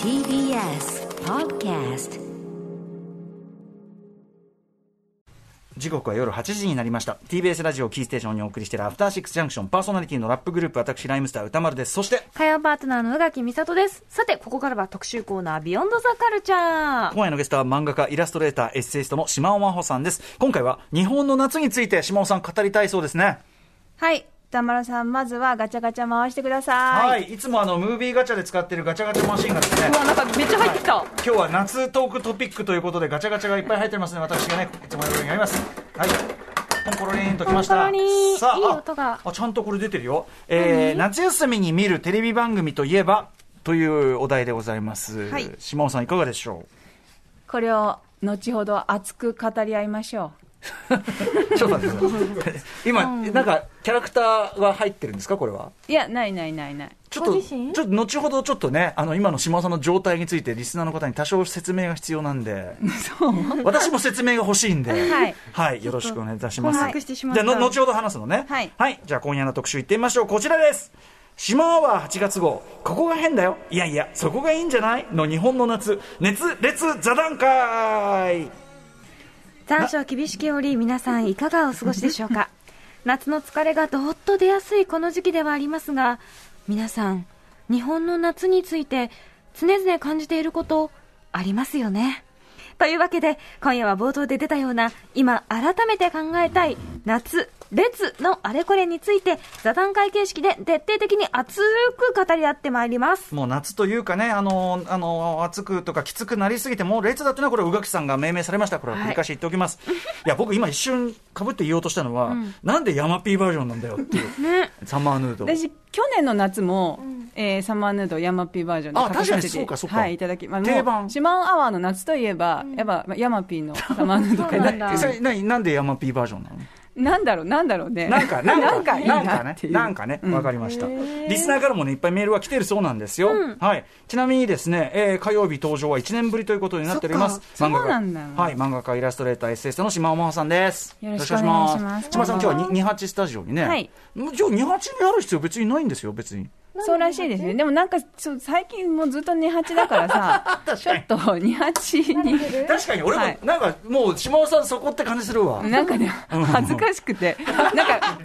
TBS Podcast 時刻は夜8時になりました TBS ラジオキーステーションにお送りしているアフターシックスジャンクションパーソナリティのラップグループ私ライムスター歌丸ですそして火曜パートナーの宇垣美里です。さて、ここからは特集コーナー、ビヨンドザカルチャー。今夜のゲストは漫画家イラストレーターエッセイストの島尾真帆さんです今回は日本の夏について島尾さん語りたいそうですねはい歌丸さんまずはガチャガチャ回してください、はい、いつもあのムービーガチャで使ってるガチャガチャマシンがですねうわ、なんかめっちゃ入ってきた。今日は夏トークトピックということでガチャガチャがいっぱい入ってますね私がねいつものようにやりますはいポンコロリンときましたポンコロリンさあいいあ音があちゃんとこれ出てるよ、えー、夏休みに見るテレビ番組といえばというお題でございます、はい島尾さんいかがでしょこれを後ほど熱く語り合いましょうちょっと 待ってください今、なんかキャラクターは入ってるんですかこれはういやないないないないちょっとごち自ょ身っと後ほどちょっとねあの今の島尾さんの状態についてリスナーの方に多少説明が必要なんで私も説明が欲しいんで、はいよろしくお願いいたします困惑してしまっじゃたあの後ほど話すのねはいじゃあ今夜の特集いってみましょうこちらです島は8月号ここが変だよいやいやそこがいいんじゃないの日本の夏熱烈座談会残暑は厳しき折、皆さんいかがお過ごしでしょうか。夏の疲れがどーっと出やすいこの時期ではありますが、皆さん、日本の夏について常々感じていること、ありますよね。というわけで、今夜は冒頭で出たような、今改めて考えたい夏、列のあれこれについて、座談会形式で徹底的に熱く語り合ってまいります。もう夏というかね、あのあの暑くとかきつくなりすぎて、もう列だっていうのは、これ、宇垣さんが命名されました、これは繰り返し言っておきます。い、や、僕、今、一瞬かぶって言おうとしたのは、なんでヤマピーバージョンなんだよっていう、サマーヌード。私去年の夏も、えーサマーヌードヤマピーバージョンであ書か確せかてにそうかそうかはいいただき、まあ、もう定番シマンアワーの夏といえば、やっぱヤマピーのサマーヌードかえななってそれななんでヤマピーバージョンなのなんだろうなんだろう ねなんか、なんか、いいなんなかっねて、いうなんかね、わかりました。リスナーからもね、いっぱいメールは来てるそうなんですよ。はい。ちなみにですね、えー火曜日登場は1年ぶりということになっております。そっか漫画家そうなんだはい、漫画家イラストレーターエッセイストの島尾真帆さんです。よろしくお願いしますよろくお願島尾さん、今日はに28スタジオにね。はいもう今日28にある必要別にないんですよ、別に。そうらしいですね。でもなんか、そう最近もうずっと28だから さ、ちょっと28に、確かに、俺もなんか、もう島尾さんそこって感じするわなんかね、恥ずかしくて、なんか、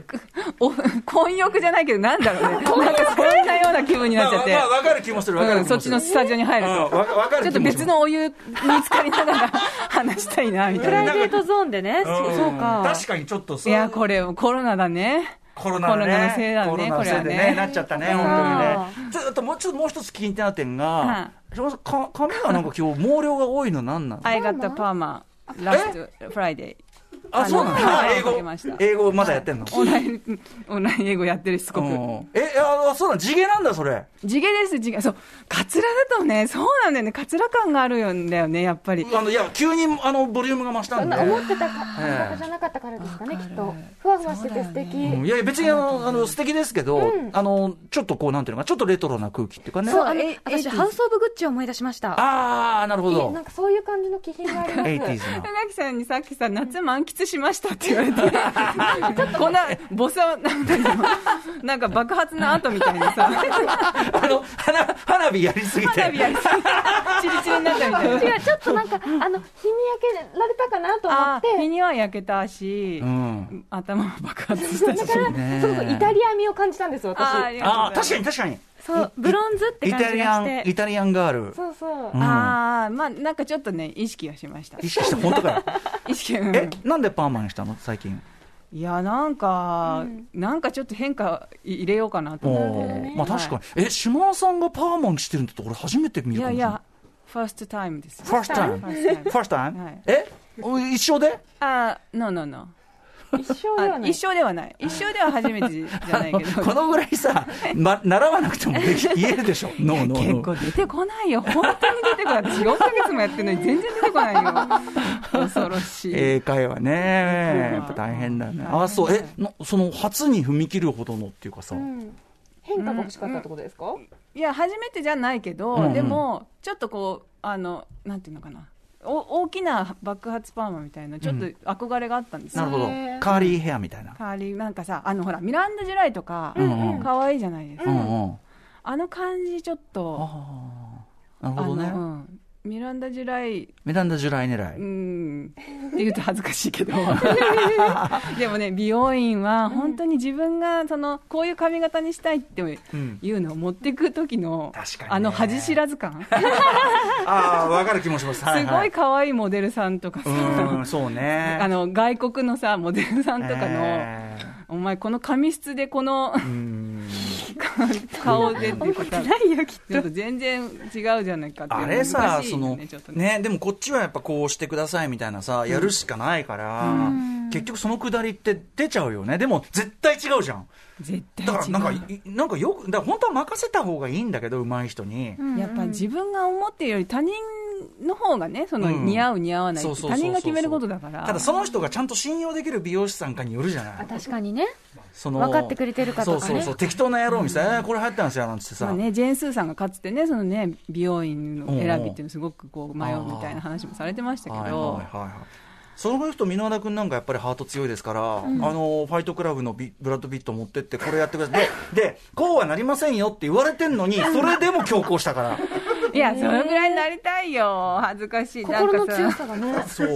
お混浴じゃないけど、なんだろうね。なんかそんなような気分になっちゃって、わかる気もする、わうんそっちのスタジオに入ると、かちょっと別のお湯に浸かりながら話したいな、みプたいライな。ベートゾーンでね、そうそうか。確かにちょっといや、これコロナだね。コロナの,、ね、コロナのせいだねコロナのせいでこれねはねなっちゃったね、本当にね。ずっともうちょっともう一つ気に入ってな点が、はそもそもか髪がなんか今日毛量が多いのなんなの？ I got the Parma last Friday. あ、そうなの。ああの英かけました語英語まだやってんの。オンライン、オンライン英語やってるし、すごく。うんえ、あ、そうなの。地毛なんだそれ。地毛です、地毛。そう、カツラだとね、そうなんだよね。カツラ感があるんだよね、やっぱり。あのいや急にあのボリュームが増したそんんで。な思ってたええかじゃなかったからですかね、きっと。ふわふわしてて素敵。うんいやいや別にあのあの素敵ですけど、あのちょっとこうなんていうのかちょっとレトロな空気っていうかねそう、あのえ、私、 80s ハウス・オブ・グッチを思い出しました。ああなるほなどんかそういう感じの気品があります。 80s な宇垣さんにさっきさ、夏満喫しましたって言われて、こんな、ボサ、なんていうのなんか爆発の後みたいなさ、あの花花火やりすぎて花火やりすぎて、チリチリになったみたいな。違う、ちょっとなんか、あの、日に焼けられたかなと思あっー、て日、には焼けたしう、ん頭も爆発したしだ。から、すごくイタリア味を感じたんです、あーあ私。りあー確かがとうございますに確かにそう、ブロンズってイ感じタリアがンしイて。タリアンガールそうそう。うんああ、まあ、なんかちょっとね、意識はしました。意識して本当かよ 意識、うんえなんでパーマにしたの最近いや、なんか、なんかちょっと変化い入れようかなとお思って。ーまあ確かにえ島尾さんがパーマンしてるのって俺初めて見いるかやもしいれないや、ファーストタイムです。 First time First time First time はいえお一緒であー、no, no, no. 一生ではあない。一生ではない。一生では初めてじゃないけど。 このぐらいさ、ま、習わなくてもで き言えるでしょノーノー結ノー構出てこないよ。本当に出てこない。4ヶ月もやってるのに全然出てこないよ。恐ろしい。英会話ねうんやっぱ大変だね うんあそうえのその初に踏み切るほどのっていうかさ、うん変化が欲しかったってことですかいや、初めてじゃないけど、うんうんでも、ちょっとこう、あの、なんていうのかな。お大きな爆発パーマみたいな、ちょっと憧れがあったんですなよるほどへーカーリーヘアみたいな代わりなんかさあのほらミランダ・ジュライとかうんうん可愛いじゃないですうか、んうんあの感じちょっとああなるあほどの、ね、うんミランダ・ジュライメランダ従来う狙いんって言うと恥ずかしいけど でもね美容院は本当に自分がそのこういう髪型にしたいってんいうのを持っていく時の、確かにねあの恥知らず 感すああ分かる気もしますははごい可愛いモデルさんとかさ、うんそうねあの外国のさモデルさんとかの、えお前この髪質でこの ーうん顔でってこ とはないよきっちょっと全然違うじゃないかっていあうのれさ難、しいそよのねちょっとねね、でもこっちはやっぱこうしてくださいみたいなさ、やるしかないから、結局そのくだりって出ちゃうよね、でも絶対違うじゃん、絶対だから違うなんか、いなんかよく、だから本当は任せた方がいいんだけど、上手い人に、やっぱ自分が思っているより他人の方がねそのうん似合う似合わないっそうてそうそうそう他人が決めることだからただその人がちゃんと信用できる美容師さんかによるじゃない、確かにねその分かってくれてるかとかねそうそうそう、適当な野郎にさ、えーこれ流行ったんですよなんつってさ、まあね、ジェーン・スーさんがかつてねそのね美容院の選びっていうのすごくこう迷うみたいな話もされてましたはけいはいはいどはいその人、箕輪田君なんかやっぱりハート強いですから、あのファイトクラブのビブラッド・ビット持ってって、これやってください、でで、こうはなりませんよって言われてんのに、それでも強行したから、いやそのぐらいになりたいよ恥ずかしい心のな強んかささが ねそう、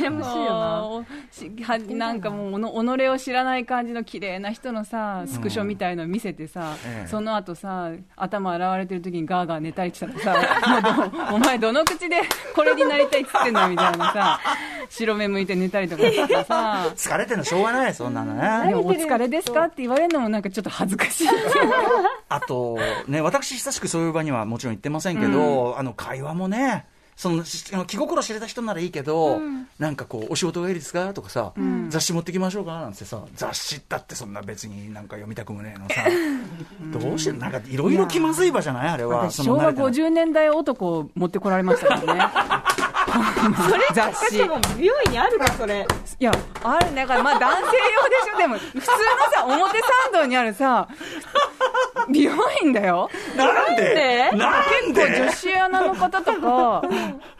羨ましいよなもうしはなんかもうおの己を知らない感じの綺麗な人のさスクショみたいの見せてさ、ええその後さ頭洗われてる時にガーガー寝たりしたらさもう どお前どの口でこれになりたいっつってんのみたいなさ白目向いて寝たりとかし てさ疲れてるのしょうがない、そんなのでね。もお疲れですかって言われるのもなんかちょっと恥ずかしいあと、ね、私、久しくそういう場にはもちろん行ってませんけど、あの会話もね、そのしあの気心知れた人ならいいけど、なんかこう、お仕事がいいですかとかさ、雑誌持ってきましょうかなんてさ、雑誌だってそんな別になんか読みたくもねえのさ、どうして、なんかいろいろ気まずい場じゃない、あれは、私昭和慣れてない50年代男を持ってこられましたからね 雑誌美容院にあるかそれいや、ある、だから、まあ、男性用でしょ、でも、普通のさ、表参道にあるさ、美容院だよ。なんでなん結構女で子アナの方とか、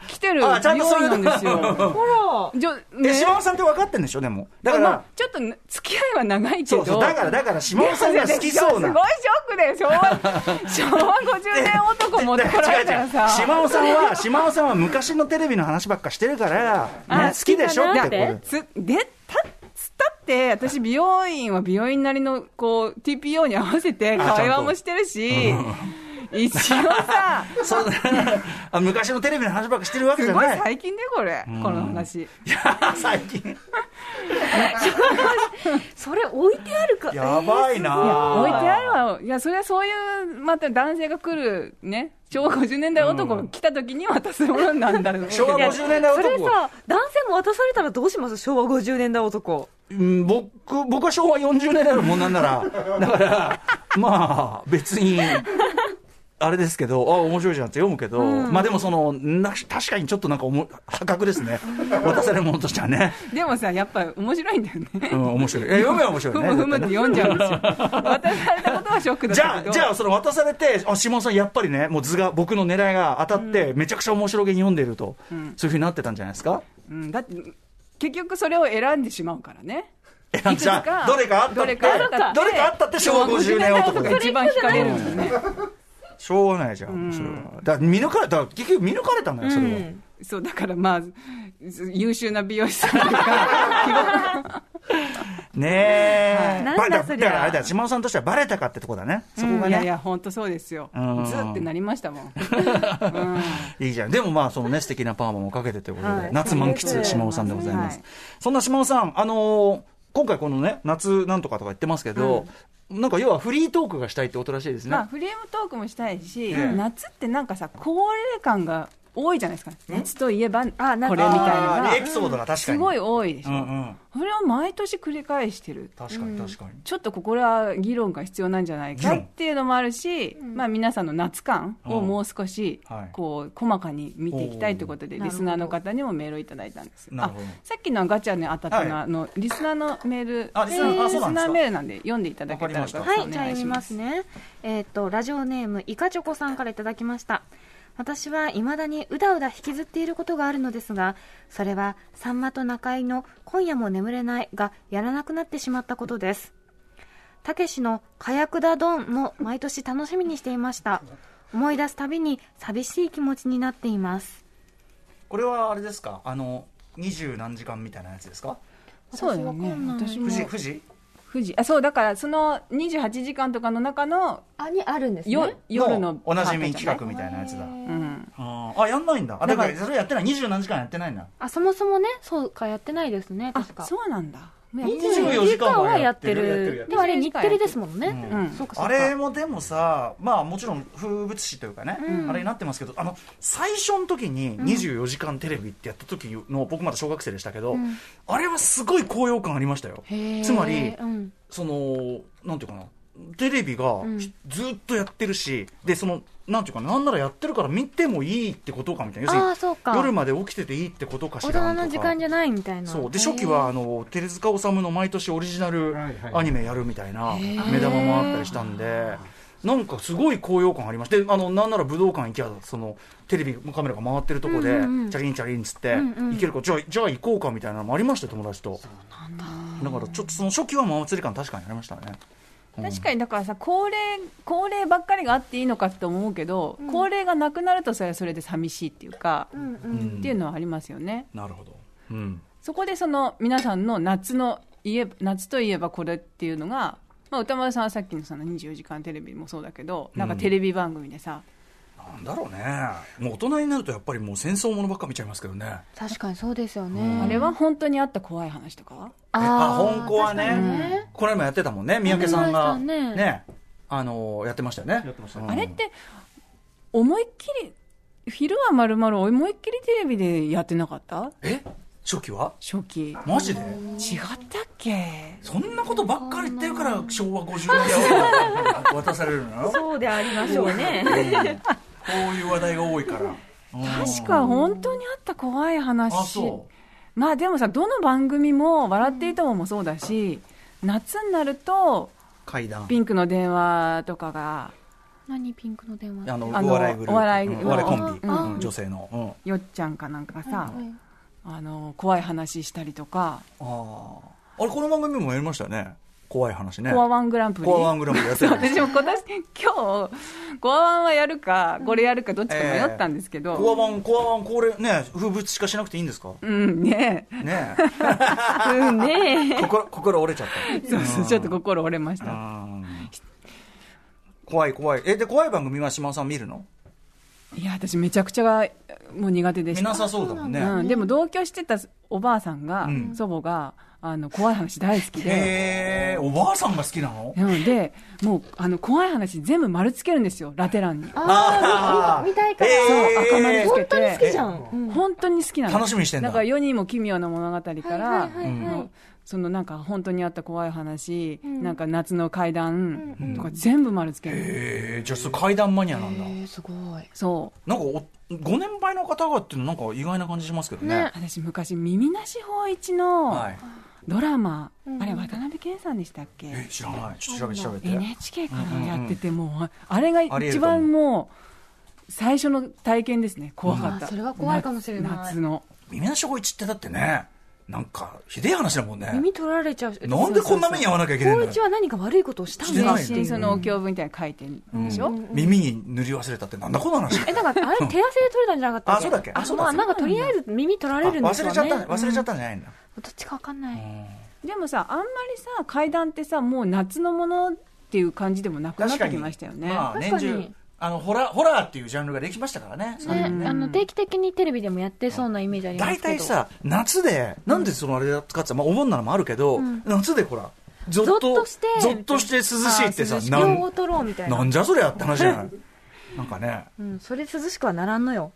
来てる美容あちゃんとそうい院うのなんで すよ。ほらじょえ、ね島尾さんって分かってんでしょ、でも。だかまあら、ちょっとね付き合いは長いけそど。うそう、だから、だから、島尾さんが好きそうなすごいショッ。クだよ、昭和、昭和50年男持ってこられた らさ。島尾さんは島尾さんは昔のテレビの話ばっかしてるから、ね、好きでしょってこだれつでたつったって私美容院は美容院なりのこう TPO に合わせあてちゃんと会話もしてるし一応さそうあ昔のテレビの話ばっかしてるわけじすゃごいない最近ねこれこの話いや 最近それ置いてあるかやばいな置いてあるわいやそれはそういうまた男性が来るね昭和50年代男が来た時に渡すものなんだろうけ昭ど和50年代それ男さ男性も渡されたらどうします昭和50年代男うん僕僕は昭和40年代のもんなんならだからまあ別にあれですけどあ面白いじゃんって読むけど、まあでもそのな確かにちょっとなんかおも破格ですね渡されるものとしてはね、でもさやっぱ面白いんだよねうん、面白いいや読めば面白いふねむふむって読んじゃうんですよ渡されたことはショックだっじたけゃどあ、じゃあ、その渡されて、あ、下尾さん、やっぱりね、もう図が、僕の狙いが当たって、めちゃくちゃ面白げに読んでいると、そういうふうになってたんじゃないですかうん、だって結局それを選んでしまうからね。選んじゃいくつかどれかあったっどて、れかあったってどれかあったって昭和50年男がで。一番惹かれるんだよね。しょうがないじゃん、それは。だから見抜かれ、だから結局見抜かれたんだよ、それは。そうだからまあ優秀な美容師さんとか ねえ。なんだばだそりゃだからあれだよ、島尾さんとしてはバレたかってとこだね。そこがいやいね。や本当そうですよ。うんずってなりましたもん。いいじゃん。でもまあ、そのね、素敵なパーマもかけてということはで、い夏満喫、島尾さんでございまはすい。そんな島尾さん、あのー今回このね、夏なんとかとか言ってますけど、なんか要はフリートークがしたいってことらしいですね。まあフレームトークもしたいし、ええ夏ってなんかさ高齢感が多いじゃないですか。夏といえばこれみたいなのあーエがピソードが確かに。すごい多いでしうんょ。うん。それを毎年繰り返してる。確かに確かに。ちょっとここは議論が必要なんじゃないか議論っていうのもあるし、まあ、皆さんの夏感をもう少しうんはいこう細かに見ていきたいということで、おーリスナーの方にもメールをいただいたんですなるあほどさっきのガチャに当たったのは、はいあのリスナーのメールあリスナーあリそスうなんですかナーメールなんで読んでいただけたらわかりましたおは願い、じゃあい読しみまますすね。えっ、と、ラジオネーム、イカチョコさんからいただきました。私は未だにうだうだ引きずっていることがあるのですが、それは、さんまと中井の今夜も眠れないがやらなくなってしまったことです。たけしの火薬だどんも毎年楽しみにしていました。思い出すたびに寂しい気持ちになっています。これはあれですかあの二十何時間みたいなやつですかそうだよね私も富士富士富士あそうだからその28時間とかの中のあにあるんですね。よ夜のおなじみ企パート画みたいなやつだじゃない、うん、あーあやんないんだあだからそれやってない二十何時間やってないんだあ、そもそもね、そうかやってないですね、確あか。そうなんだ24時間はやってるやってやってるやってるでもあれ日テレですもんね。うんそうかそうあか。れもでもさまあもちろん風物詩というかね、あれになってますけどあの最初の時に『24時間テレビ』ってやった時の、僕まだ小学生でしたけど、あれはすごい高揚感ありましたよへーつまりうんそのなんていうかなテレビがんずっとやってるし、でそのなんていうかななんならやってるから見てもいいってことかみたいなああ、要すそうるか。に夜まで起きてていいってことかし大らとか人の時間じゃないみたいな。そうで初期はあの手塚治虫の毎年オリジナルはいはいアニメやるみたいな目玉もあったりしたんで。なんかすごい高揚感ありましてあのなんなら武道館行きゃそのテレビカメラが回ってるとこで、うんうんうんチャリンチャリンっつって、うんうん行けるかじゃあじゃあ行こうかみたいなのもありましたよ友達とだからちょっとその初期は真祭り感確かにありましたね、うん確かにだからさ高齢高齢ばっかりがあっていいのかって思うけど、高齢がなくなるとそれはそれで寂しいっていうか、うんううんん。っていうのはありますよねなるほど、うん、そこでその皆さんの夏のいえ夏といえばこれっていうのが、まあ、歌丸さんはさっきのその24時間テレビもそうだけどなんかテレビ番組でさ、なんだろうねもう大人になるとやっぱりもう戦争ものばっか見ちゃいますけどね確かにそうですよね。あれは本当にあった怖い話とかはあー本校はねこれもやってたもんね三宅さんがやってましたねあのーやってましたよねやってましたうんあれって思いっきり昼はまるまる思いっきりテレビでやってなかったえ初期は初期違っマジでたっけそんなことばっかり言ってるから昭和50年代を渡されるのよこそうでありましょうね。ういう話題が多いから確か本当にあった怖い話あそまあでもさどの番組も「笑っていいとも」もそうだし夏になるとう階段ピンクの電話とかが何ピンクの電話あのあのお笑いグループお笑いうんお笑いコンビあうん女性のうんよっちゃんかなんかさ、はいあの怖い話したりとかあーあれこの番組もやりましたね怖い話「ねコアワングランプリ」コアワングラムやってた私も今年今日コアワンはやるかこれやるかどっちか迷ったんですけど、コアワンコアワンこれね風物しかしなくていいんですかうんねねうんね。 心心折れちゃったそうそうちょっと心折れましたうん怖い怖いえで怖い番組は島尾さん見るのいや私めちゃくちゃがもう苦手で見しなたさそうだもんねうん、でも同居してたおばあさんが、うん祖母があの怖い話大好きで、へえおばあさんが好きなのなのでもうあの怖い話全部丸つけるんですよラテ欄にああ、見たいから。へー赤丸つけ本当に好てきじゃん。うん本当に好きなの楽しみにしてんだだから世にも奇妙な物語から、はいはいはいはい。そのなんか本当にあった怖い話、なんか夏の怪談とか全部丸つける、へえじゃあそれ怪談マニアなんだえー、すごい。そうなんかお5年前の方がっていうのなんか意外な感じしますけどね私昔耳なし法一のはいドラマ、あれ渡辺謙さんでしたっけえ知らないちょっと調べて調べて NHK からやっててもうあれがありえ一ると思う番もう最初の体験ですね怖かっあたそれは怖いかもしれない夏夏の耳なし法一ってだってねなんかひでえ話だもんね耳取られちゃう。なんでこんな目に遭わなきゃいけないん高だよ一は何か悪いことをしたんしてだない全身そのお経文みたいなの書いてるでしょ、耳に塗り忘れたってなんだこの話え、だから、あれ、手汗で取れたんじゃなかったっけあそうだっけあ、そうあだ。そうなだんか、とりあえず耳取られるんです忘よれね。ちゃった忘れちゃったんじゃないんだうんどっちかわかんない。でもさあんまりさ階段ってさもう夏のものっていう感じでもなくなってきましたよね、まあ、確年かに中あのホラーホラーっていうジャンルができましたからねそういうのね、あの定期的にテレビでもやってそうなイメージあります大けど体さ夏でなんでそのあれだかってまあ、お盆なのもあるけど、夏でほらゾッゾッととしてゾッとして涼しいってあさー涼しいな両ん方取ろうみたいななんじゃそりゃって話じゃないなん かねうん、それ涼しくはならんのよ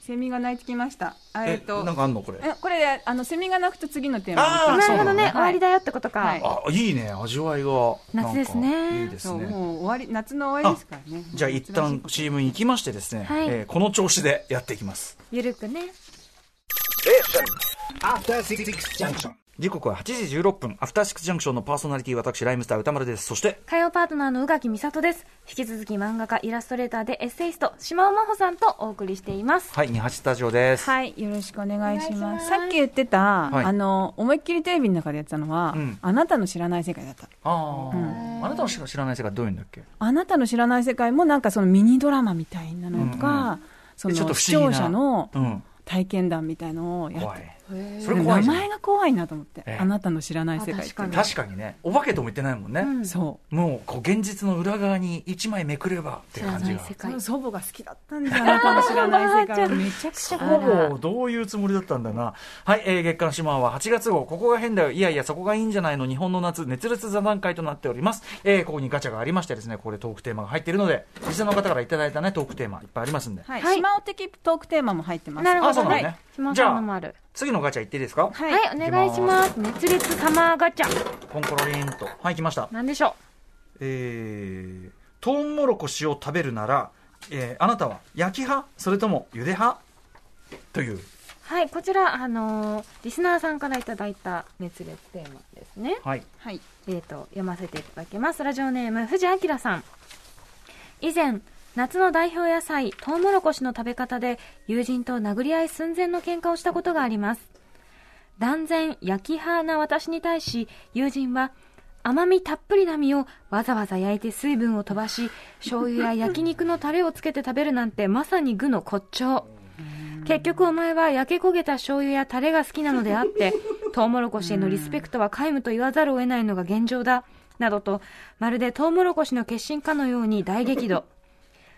セミが鳴いてきましたあええっとなんかあんのこれえこれあのセミが鳴くと次のテーマあーなるほそどね、うなんだ終わりだよってことか、はいあいいね味わいが夏ですねなんかいいですそうねもう終わり夏の終わりですからねじゃあ一旦 CM に行きましてですね、はいえーこの調子でやっていきますゆるくね After Six Junction. 時刻は8時16分アフターシックスジャンクションのパーソナリティ私ライムスター歌丸ですそして火曜パートナーの宇垣美里です引き続き漫画家イラストレーターでエッセイスト島尾真帆さんとお送りしていますはい二八スタジオです、はい、よろしくお願いしお願ま。いしますすさっき言ってた、いあの、思いっきりテレビの中でやってたのは、うんあなたの知らない世界だった。ああ、うんあなたの知らない世界どういうんだっけあなたの知らない世界もなんかそのミニドラマみたいなのとか、うんうそちょっとの不視思議聴な者のうん体験談みたいのをやっ怖ていへーそれ怖いじゃ名ん前が怖いなと思って、ええあなたの知らない世界ってあ確確かにねお化けとも言ってないもんね、うんそもうこう現実の裏側に一枚めくればっていう感じがうその祖母が好きだったんじゃないかもしれない世界 めちゃくちゃそ怖いもうどういうつもりだったんだな。はい、えー、月刊シマワは8月号、ここが変だよ。いやいや、そこがいいんじゃないの。日本の夏、熱烈座談会となっております。えー、ここにガチャがありましてですね、ここでトークテーマが入っているので、リスナーの方からいただいたね、トークテーマいっぱいありますんで。はい、はい島尾的トークテーマも入ってますなるほあそどうなんだねはい島尾さんのもある次のガチャいっていいですかは、はいい、お願いします熱烈サマーガチャコンコロリンと。はい、来ました。なんでしょえー、トウモロコシを食べるなら、えー、あなたは焼き派それとも茹で派という。うはいこちらあのーリスナーさんからいただいた熱烈テーマですねはい。はい、えー、と読ませていただきますラジオネーム藤明さん以前夏の代表野菜トウモロコシの食べ方で友人と殴り合い寸前の喧嘩をしたことがあります断然焼き派な私に対し友人は甘みたっぷりな身をわざわざ焼いて水分を飛ばし醤油や焼肉のタレをつけて食べるなんてまさに具の骨頂結局お前は焼け焦げた醤油やタレが好きなのであって、トウモロコシへのリスペクトは皆無と言わざるを得ないのが現状だ、などと、まるでトウモロコシの決心かのように大激怒。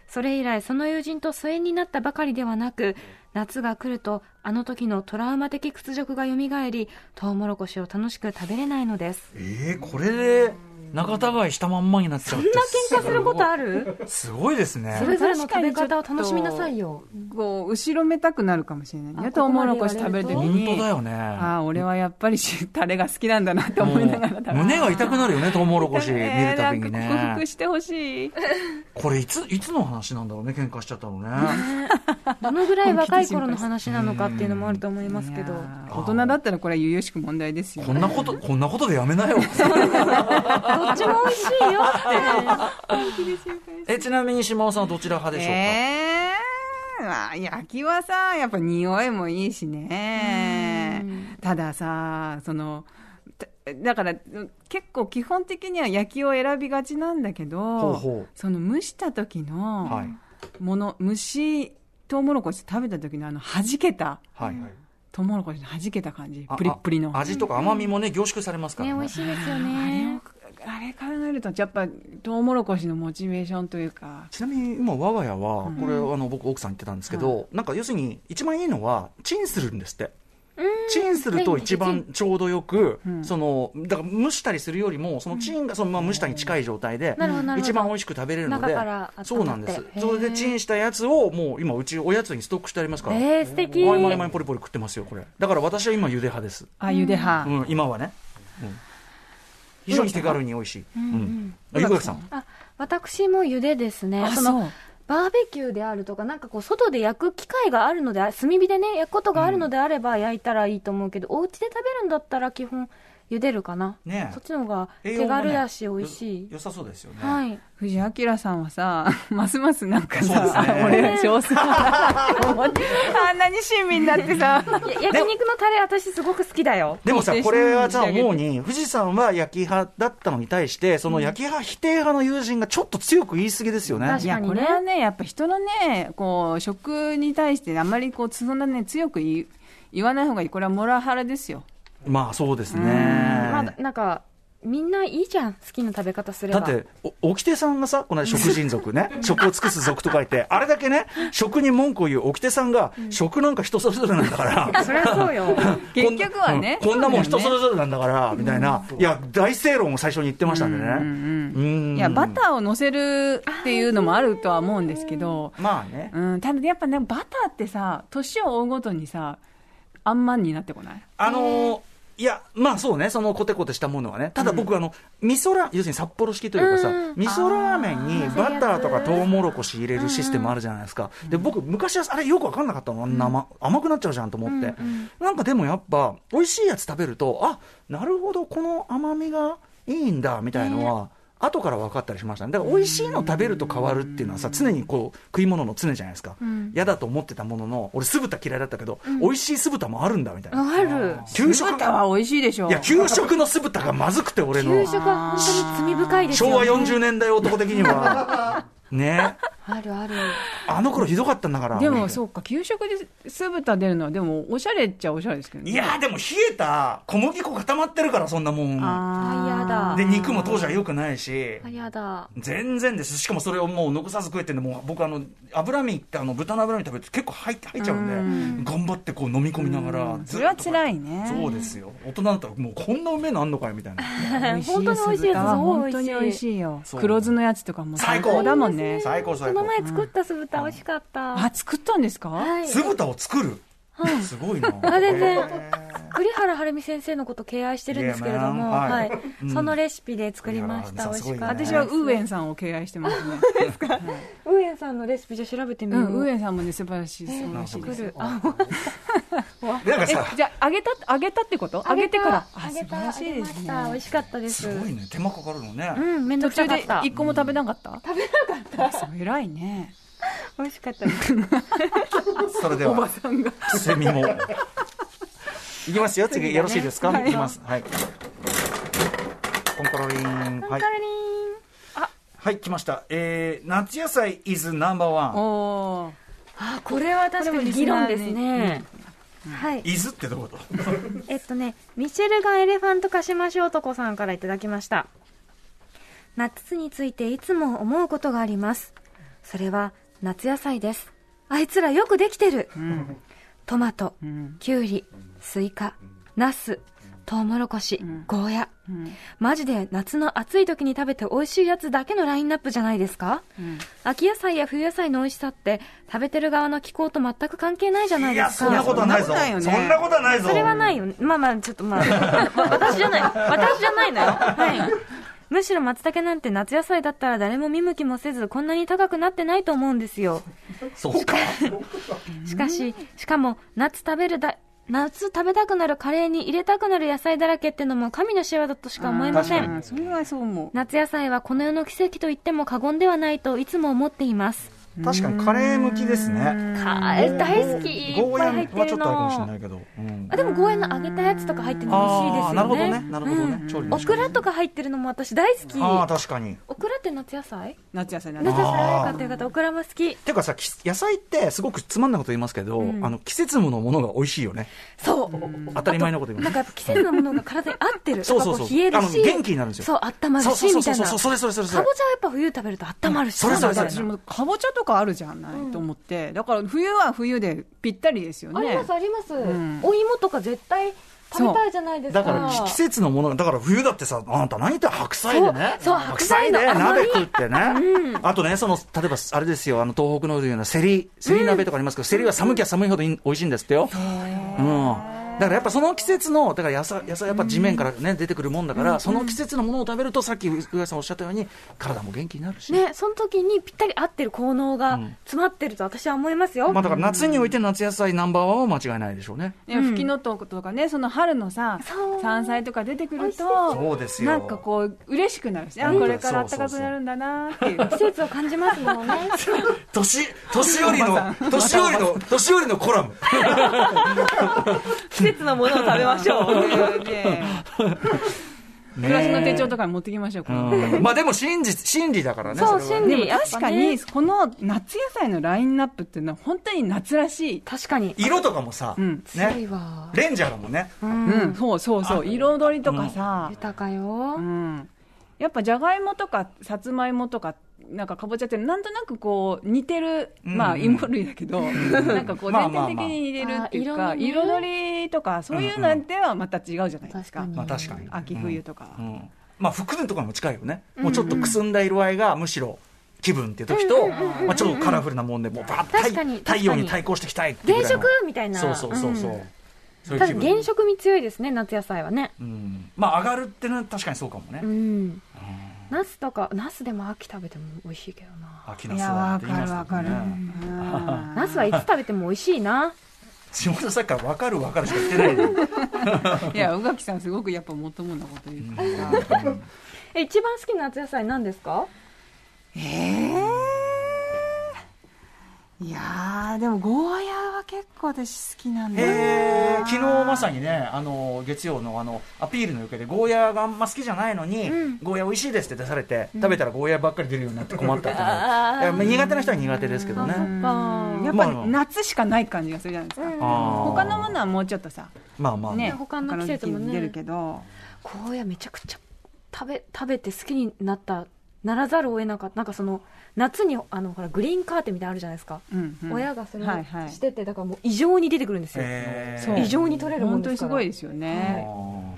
それ以来、その友人と疎遠になったばかりではなく、夏が来ると、あの時のトラウマ的屈辱が蘇り、トウモロコシを楽しく食べれないのです。えー、これで仲違いしたまんまになっちゃうって。喧嘩することあるすごいですね。それぞれの食べ方を楽しみなさいよ。こう後ろめたくなるかもしれないねあトウモロコシここ食まべでる時言わ本に当だよねああ俺はやっぱりしタレが好きなんだなって思いながら食べもう胸が痛くなるよねトウモロコシ見るたびになんか克ね服してほしいこれいついつの話なんだろうね喧嘩しちゃったのねどのぐらい若い頃の話なのかっていうのもあると思いますけど。大人だったらこれは由々しく問題ですよこんなことこんなことでやめ などよっちも美味しいよって。えちなみに島尾さんはどちら派でしょうか、ええまあ焼きはさやっぱ匂いもいいしねたださそのただから結構基本的には焼きを選びがちなんだけどほうほうその蒸した時のはいもの、蒸しトウモロコシ食べた時のあの弾けたはい、トウモロコシの弾けた感じあプリップリのあ味とか甘みもね凝縮されますからね、美ね味しいですよあれねを。あれ考えるとやっぱトウモロコシのモチベーションというかちなみに今我が家はこれ、あの僕奥さん言ってたんですけど、なんか要するに一番いいのはチンするんですってチンすると一番ちょうどよく、うんそのだから蒸したりするよりもそのチンがそのまま蒸したに近い状態でなるほどなるほど一番美味しく食べれるの中でから温まってそうなんですへーそれでチンしたやつをもう今うちおやつにストックしてありますから、えー、素敵。毎毎毎ポリポリ食ってますよこれだから私は今ゆで派です、あゆで派、うん、今はね、うん非常に手軽に美味しい、うんあゆくらさんあ、私も茹でですね。あそそのうバーベキューであるとか、なんかこう外で焼く機会があるので、炭火でね焼くことがあるのであれば焼いたらいいと思うけど、お家で食べるんだったら基本茹でるかな。ねえそっちの方が栄手養もね軽だし美味しいよ。良さそうですよね、はい。藤井明さんはさ、 ますますなんかそうですさ、ね俺上手だなって思って、あんなに親身になってさ、いや焼肉のタレ私すごく好きだよ。でもさ肯定してこれはさ見てあげて思うに富士山は焼き派だったのに対してその焼き派否定派の友人がちょっと強く言い過ぎですよね、確いかや、にねこれはね、やっぱ人のね、こう、食に対してあんまりこう、そんなね、強く言い言わない方がいい。これはモラハラですよ。まあそうですね、まあなんかみんないいじゃん。好きな食べ方すれだば。って、お掟さんがさ、この食人族ね、食を尽くす族と書いて、あれだけね、食に文句を言う掟さんが、食なんか人それぞれなんだから、そりゃそう よ。 結局はね。こんなもん人それぞぞれなんだから、みたいな、いや、大正論を最初に言ってましたんでね。うんいや、バターを乗せるっていうのもあるとは思うんですけど、まあね。うん、ただやっぱね、バターってさ、年を追うごとにさ、あんまんになってこないあのーいや、まあそうね、そのコテコテしたものはね。ただ僕、あの、味噌ラー、要するに札幌式というかさ、うん味噌ラーメンにバターとかトウモロコシ入れるシステムあるじゃないですか。で、僕、昔はあれよくわかんなかったの。生、甘くなっちゃうじゃんと思って。なんかでもやっぱ、美味しいやつ食べると、あ、なるほど、この甘みがいいんだ、みたいのは、後から分かったりしましたね。だから美味しいの食べると変わるっていうのはさ、常にこう、食い物の常じゃないですか。嫌だと思ってたものの、俺酢豚嫌いだったけど、美味しい酢豚もあるんだ、みたいな。ある給酢食豚は美味しいでしょいや、給食の酢豚がまずくて、俺の給。食は本当に罪深いですよ昭ね和40年代男的には。ねあるあるあの頃ひどかったんだから。で本当もにそうか給食で酢豚出るのはでもおしゃれっちゃおしゃれですけどねいやでも冷えた小麦粉固まってるから、そんなもん。あーあーで、肉も当時は良くないしあ。やだ全然です。しかもそれをもう残さず食えてんで、もう僕あの、油身ってあの、豚の油身食べると結構入って、入っちゃうんで、頑張ってこう飲み込みながら。それは辛いね。ね そうですよ。大人だったらもうこんなうめえのあんのかよ、みたいな。本当に美味しいやつ本本当当にに美美味味しいよそう黒酢のやつとかも最最高高だもんね最高こ最の高。前作った酢豚美味しかったあ作ったんですか、はい酢豚を作る。すごいな。あ全然栗原はるみ先生のこと敬愛してるんですけれども、いやまあはいはいうんそのレシピで作りました美味しかった栗原はるみ私さんはウーエンさんを敬愛してます ね、ウエンさんのレシピじゃ調べてみうよう、ん、ウーエンさんもね素晴らしいです、美味しいです作るあなんかさえ、じゃあ揚げた揚げたってこと揚げてからあ揚げ素晴たら揚しいげでますした美ね味しかったですすごいね、手間かかるのね。うん面倒く途さ中かでった一個も食べなかった、食べなかった そう偉いね美味しかったですそれでは、セミも。いきますよ、次、よろしいですか。いきます。はい。コンコロリン。はい。はい、来ました。えー、夏野菜 is number お one。おあこれは確かに議論ですねはい、伊豆ってどことえっとね、ミシェルガン・エレファントカシマシ男さんからいただきました。夏についていつも思うことがあります。それは夏野菜です。あいつらよくできてる、トマト、んキュウリ、スイカ、ナス、トウモロコシ、ゴーヤ。マジで夏の暑い時に食べて美味しいやつだけのラインナップじゃないですか、秋野菜や冬野菜の美味しさって食べてる側の気候と全く関係ないじゃないいでや、すか。そんなことはないぞ。いやそそんんななことはないぞ。それはないよね。まあまあ、ちょっとま あ、わ私じゃない。私じゃないのよ。はい。むしろ松茸なんて夏野菜だったら誰も見向きもせずこんなに高くなってないと思うんですよ。そうっすか。しかし、しかも夏食べるだ、夏食べたくなるカレーに入れたくなる野菜だらけってのも神の仕業としか思えませあー確かんに。それはそう思う夏野菜はこの世の奇跡と言っても過言ではないといつも思っています。確かにカレー向きですね。かえ大好き。いっゴーぱヤい入っーてはちょるっとあるかもしれなの。いけど。うんあ、でもゴーヤの揚げたやつとか入ってるの美味しいですよね。あーなるほどね。なるほどね。調理オの仕方クラとか入ってるのも私大好きああ、確かに。オクラって夏野菜夏野菜なん夏で野菜早かったよかったオクラも好きてかさ、き野菜ってすごくつまんないこと言いますけど、あの、季節のものが美味しいよね。そう当たり前のこと言いなまんす。かやっぱ季節のものが体に合ってるそうそうそうやっぱこ冷えるあしの元気になるんですよそう温まそるうそうしそうみたそいなうそう、かそれそれそれぼちそゃは。れやっぱ冬食べると温まるしそれそれみたいな私もかぼちゃとかあるじゃない、と思ってだから冬は冬でぴったりですよありねますあります、んお芋とか絶対食べたいじゃないですかだからき季節のものがだから冬だってさあなた何言ってんの白菜でねそうそう白菜で白菜の甘鍋み食ってね、あとねその例えばあれですよあの東北のようなセリセリ鍋とかありますけど、セリは寒きゃ寒いほどいい美味しいんですってよ、うん、だからやっぱその季節のだから野菜野菜やっぱ地面からね出てくるもんだから、その季節のものを食べるとさっき上谷さんおっしゃったように体も元気になるし、ねその時にぴったり合ってる効能が詰まってると私は思いますよ、まあだから夏において夏野菜ナンバーワンは間違いないでしょうねね、フキノトウとかね、その春のさそう、山菜とか出てくるそとうです、よなんかこう、嬉しくなるしね、あ、うんこれから暖かくなるんだなっていう。季節を感じますもの ね年年寄り の年寄りの年寄りのコラム季節のものを食べましょうね暮らしの手帳とかに持ってきましょう、このうんまあでも真実、真理だからね。そうそれは真でも理やっ確ぱかねに、この夏野菜のラインナップっていうのは、本当に夏らしい。確かに色とかもさ、うん強いね、わレンジャーだもんね。うん、そうそうそう、彩りとかさ、豊かよ、うん。やっぱじゃがいもとかさつまいもとかなんかかぼちゃってなんとなくこう似てる、うんまあ芋類だけど、 なんかこうまあ全まあまあ体的に似てるっていうあかー色の彩りとかそういうのではまた違うじゃないですか,、うんまあ確かに。秋冬とか、うん。うんまあ服とかも近いよね。もうちょっとくすんだ色合いがむしろ気分っていう時と、まあちょっとカラフルなもんで、もうバッ確か太に太陽に確かに対抗していきたいっていう原ぐらいの。色みたいなそうそうそうそう。そういうた気だ分原色味強いですね夏野菜はねうんまあ上がるってのは確かにそうかもね、うんナスとかナスでも秋食べても美味しいけどな秋いナスや、はわって言いまかるすわけどかる。うねんナスはいつ食べても美味しいな下田さっきから分かる分かるしか言ってないでいや、宇垣さんすごくやっぱもっともなこと言うからさ。え一番好きな夏野菜何ですかええいやーでもゴーヤーは結構私好きなんだよなえー昨日まさにねあの月曜のあのアピールの余計でゴーヤーがあんま好きじゃないのに、ゴーヤー美味しいですって出されて、食べたらゴーヤーばっかり出るようになって困ったってねいやまあ苦手な人は苦手ですけどねうんやっまあぱまあり夏しかない感じがするじゃないですか、あー他のものはもうちょっとさまあまあねね他の季節もね他の時期に出るけどゴーヤめちゃくちゃ食べ食べて好きになったならざるを得なかったなんかその夏にあのほらグリーンカーテンみたいなのあるじゃないですか、うんうん親がそれをはいはいしててだからもう異常に出てくるんですよ、えーそう異常に取れるもん本当でにすすからごいですよあねー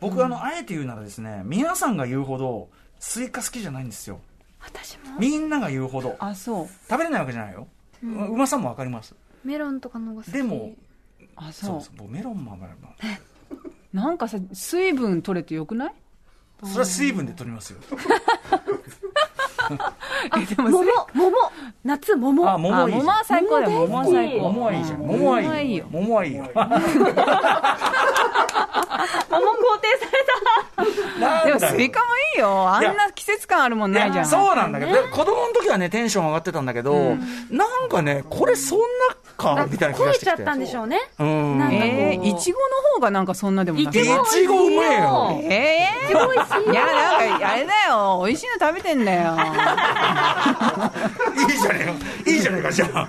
僕あのあえて言うならですね皆さんが言うほどスイカ好きじゃないんですよ私もみんなが言うほどあそう食べれないわけじゃないよ、うまさもわかりますメロンとかの方が好きでもそあうそうそう僕メロンもあんまりまあなんかさ水分取れてよ くないそれは水分で取りますよえでも桃桃夏桃あ桃いあいじゃん桃は最高だよ桃は最高桃はいいじゃんうん桃はいいよ桃はい いよ桃肯定されなんだ でろもうスイカもいいよあんな季節感あるもんないいじゃやんそうなんだけど、子供の時はねテンション上がってたんだけど、なんかねこれそんなかみたいな気が超えしてきちてゃったんでしょうねうんなんかこうえーいちごの方がなんかそんなでもなくいちごうめえよええ美味しいいや、なんか、あれだよ、美味しいの食べてんだよ。いいじゃねえよいいじゃねえかじゃあ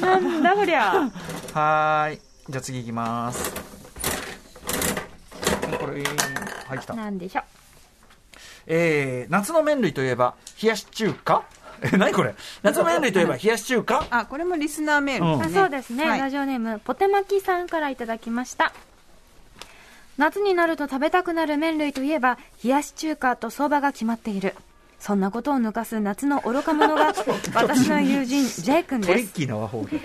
なんだこりゃはーい。じゃあ次行きます。これ、はい、来た。なんでしょえー、夏の麺類といえば、冷やし中華 え、何これ夏の麺類といえば、冷やし中華 あ、これもリスナーメールうんであすね。そうですね、はいラジオネームポテマキさんからいただきました夏になると食べたくなる麺類といえば冷やし中華と相場が決まっているそんなことを抜かす夏の愚か者 が私の友人 J 君トでリッすキーな和法で。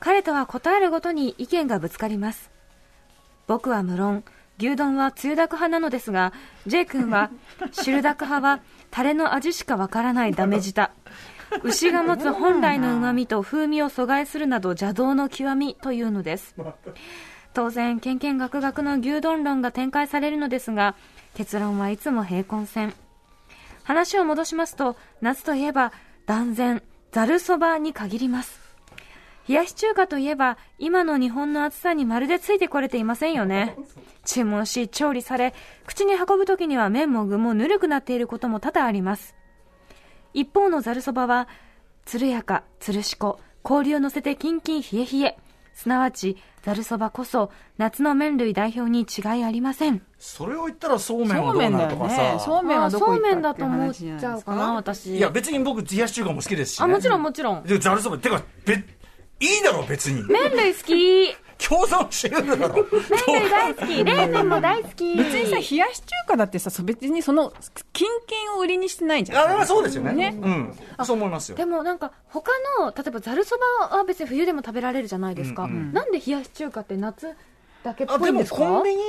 彼とは答えるごとに意見がぶつかります僕は無論牛丼はつゆだく派なのですが J 君は汁だく派はタレの味しかわからないダメ舌牛が持つ本来の旨味と風味を阻害するなど邪道の極みというのです当然けんけんがくがくの牛丼論が展開されるのですが結論はいつも平行線話を戻しますと夏といえば断然ざるそばに限ります冷やし中華といえば今の日本の暑さにまるでついてこれていませんよね注文し調理され口に運ぶ時には麺も具もぬるくなっていることも多々あります一方のざるそばはつるやかつるしこ氷を乗せてキンキン冷え冷えすなわちざるそばこそ夏の麺類代表に違いありませんそれを言ったら、そうめんそはうどめうんなだるよとかね。そさ。うめんはどこ行そうめんっただってとい思っ話じちゃないゃでうすかかな私いや、別に僕、冷やし中華も好きですし、あね。もちろんもちろんで、ざるそば、てか、べ、いいだろ、別に。麺類好き共存してるだろ。麺類大好き冷麺も大好き別にさ、冷やし中華だってさ、そ別にその、キンキンを売りにしてないじゃん。あれはそうですよね。うん。そう思いますよ。でもなんか他の例えばざるそばは別に冬でも食べられるじゃないですか、うんうんなんで冷やし中華って夏だけっあ、ぽでいんも、ですかコンビニ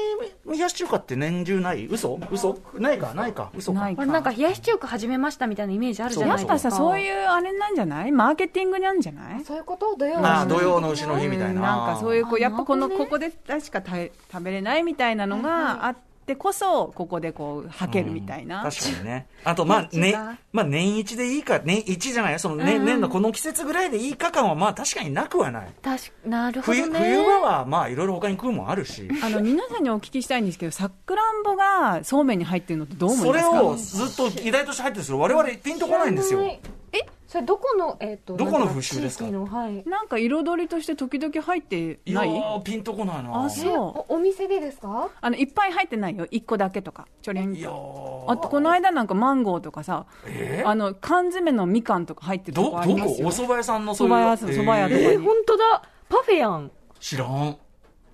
冷やし中華って年中ない嘘嘘ないかないか嘘かないこれなんか冷やし中華始めましたみたいなイメージあるじゃやないですっかぱさ、そういうあれなんじゃないマーケティングなんじゃないそういうこと土曜あはあ土曜の牛の日みたいな。なんかそういう、こうやっぱこの、なるこほこで確か食べ食べれないみたいなのがあってこそ、ここでこう、はけるみたいな。確かにね。あと、まあ、ね、まあ、年一でいいか、年一じゃないその年、年のこの季節ぐらいでいいか感は、まあ、確かになくはない。確かなるほ冬、どね冬場は、まあ、いろいろ他に食うもんあるし、あの皆さんにお聞きしたいんですけど、さくらんぼがそうめんに入ってるのってどう思いそまれすかをずっと議題として入ってるんですけど、我々ピンとこないんですよ。えそれどこのえっとどこの風習ですかなん地域のはいなんか彩りとして時々入っていやないー、ピンとこないな。あえそおお店でですかうあのいっぱい入ってないよ1個だけとかちょりんいやーあとこの間なんかマンゴーとかさ、えあの缶詰のみかんとか入ってるど、とどここありますよお蕎麦屋さんのそば屋さんえーそば屋とかに本当だパフェやん知らん。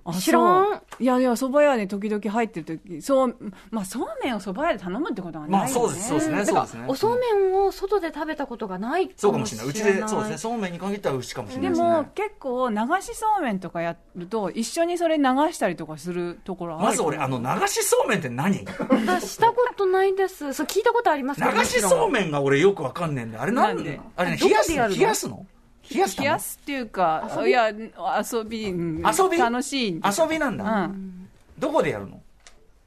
あ知らんそういやいや蕎麦屋に時々入ってる時そうまあそうめんを蕎麦屋で頼むってことはまなあいそよね、うですそうですねんそうですねおそうめんを外で食べたことがないそうかもしれない。うちで、そうですね。すそうめんに限ったらうちかもしれなでいですもね。結構流しそうめんとかやると一緒にそれ流したりとかするところあるまず俺、あの、流しそうめんって 何流ね私したことないですそう聞いたことありますけどしそうもめんが俺よくわかんねえんだよあれなんなんでであれね、ど冷こやすでやるのの冷やすの冷やすた冷めやすっていうかいや遊びうん遊び楽しいんです遊びなんだ。うんどこでやるの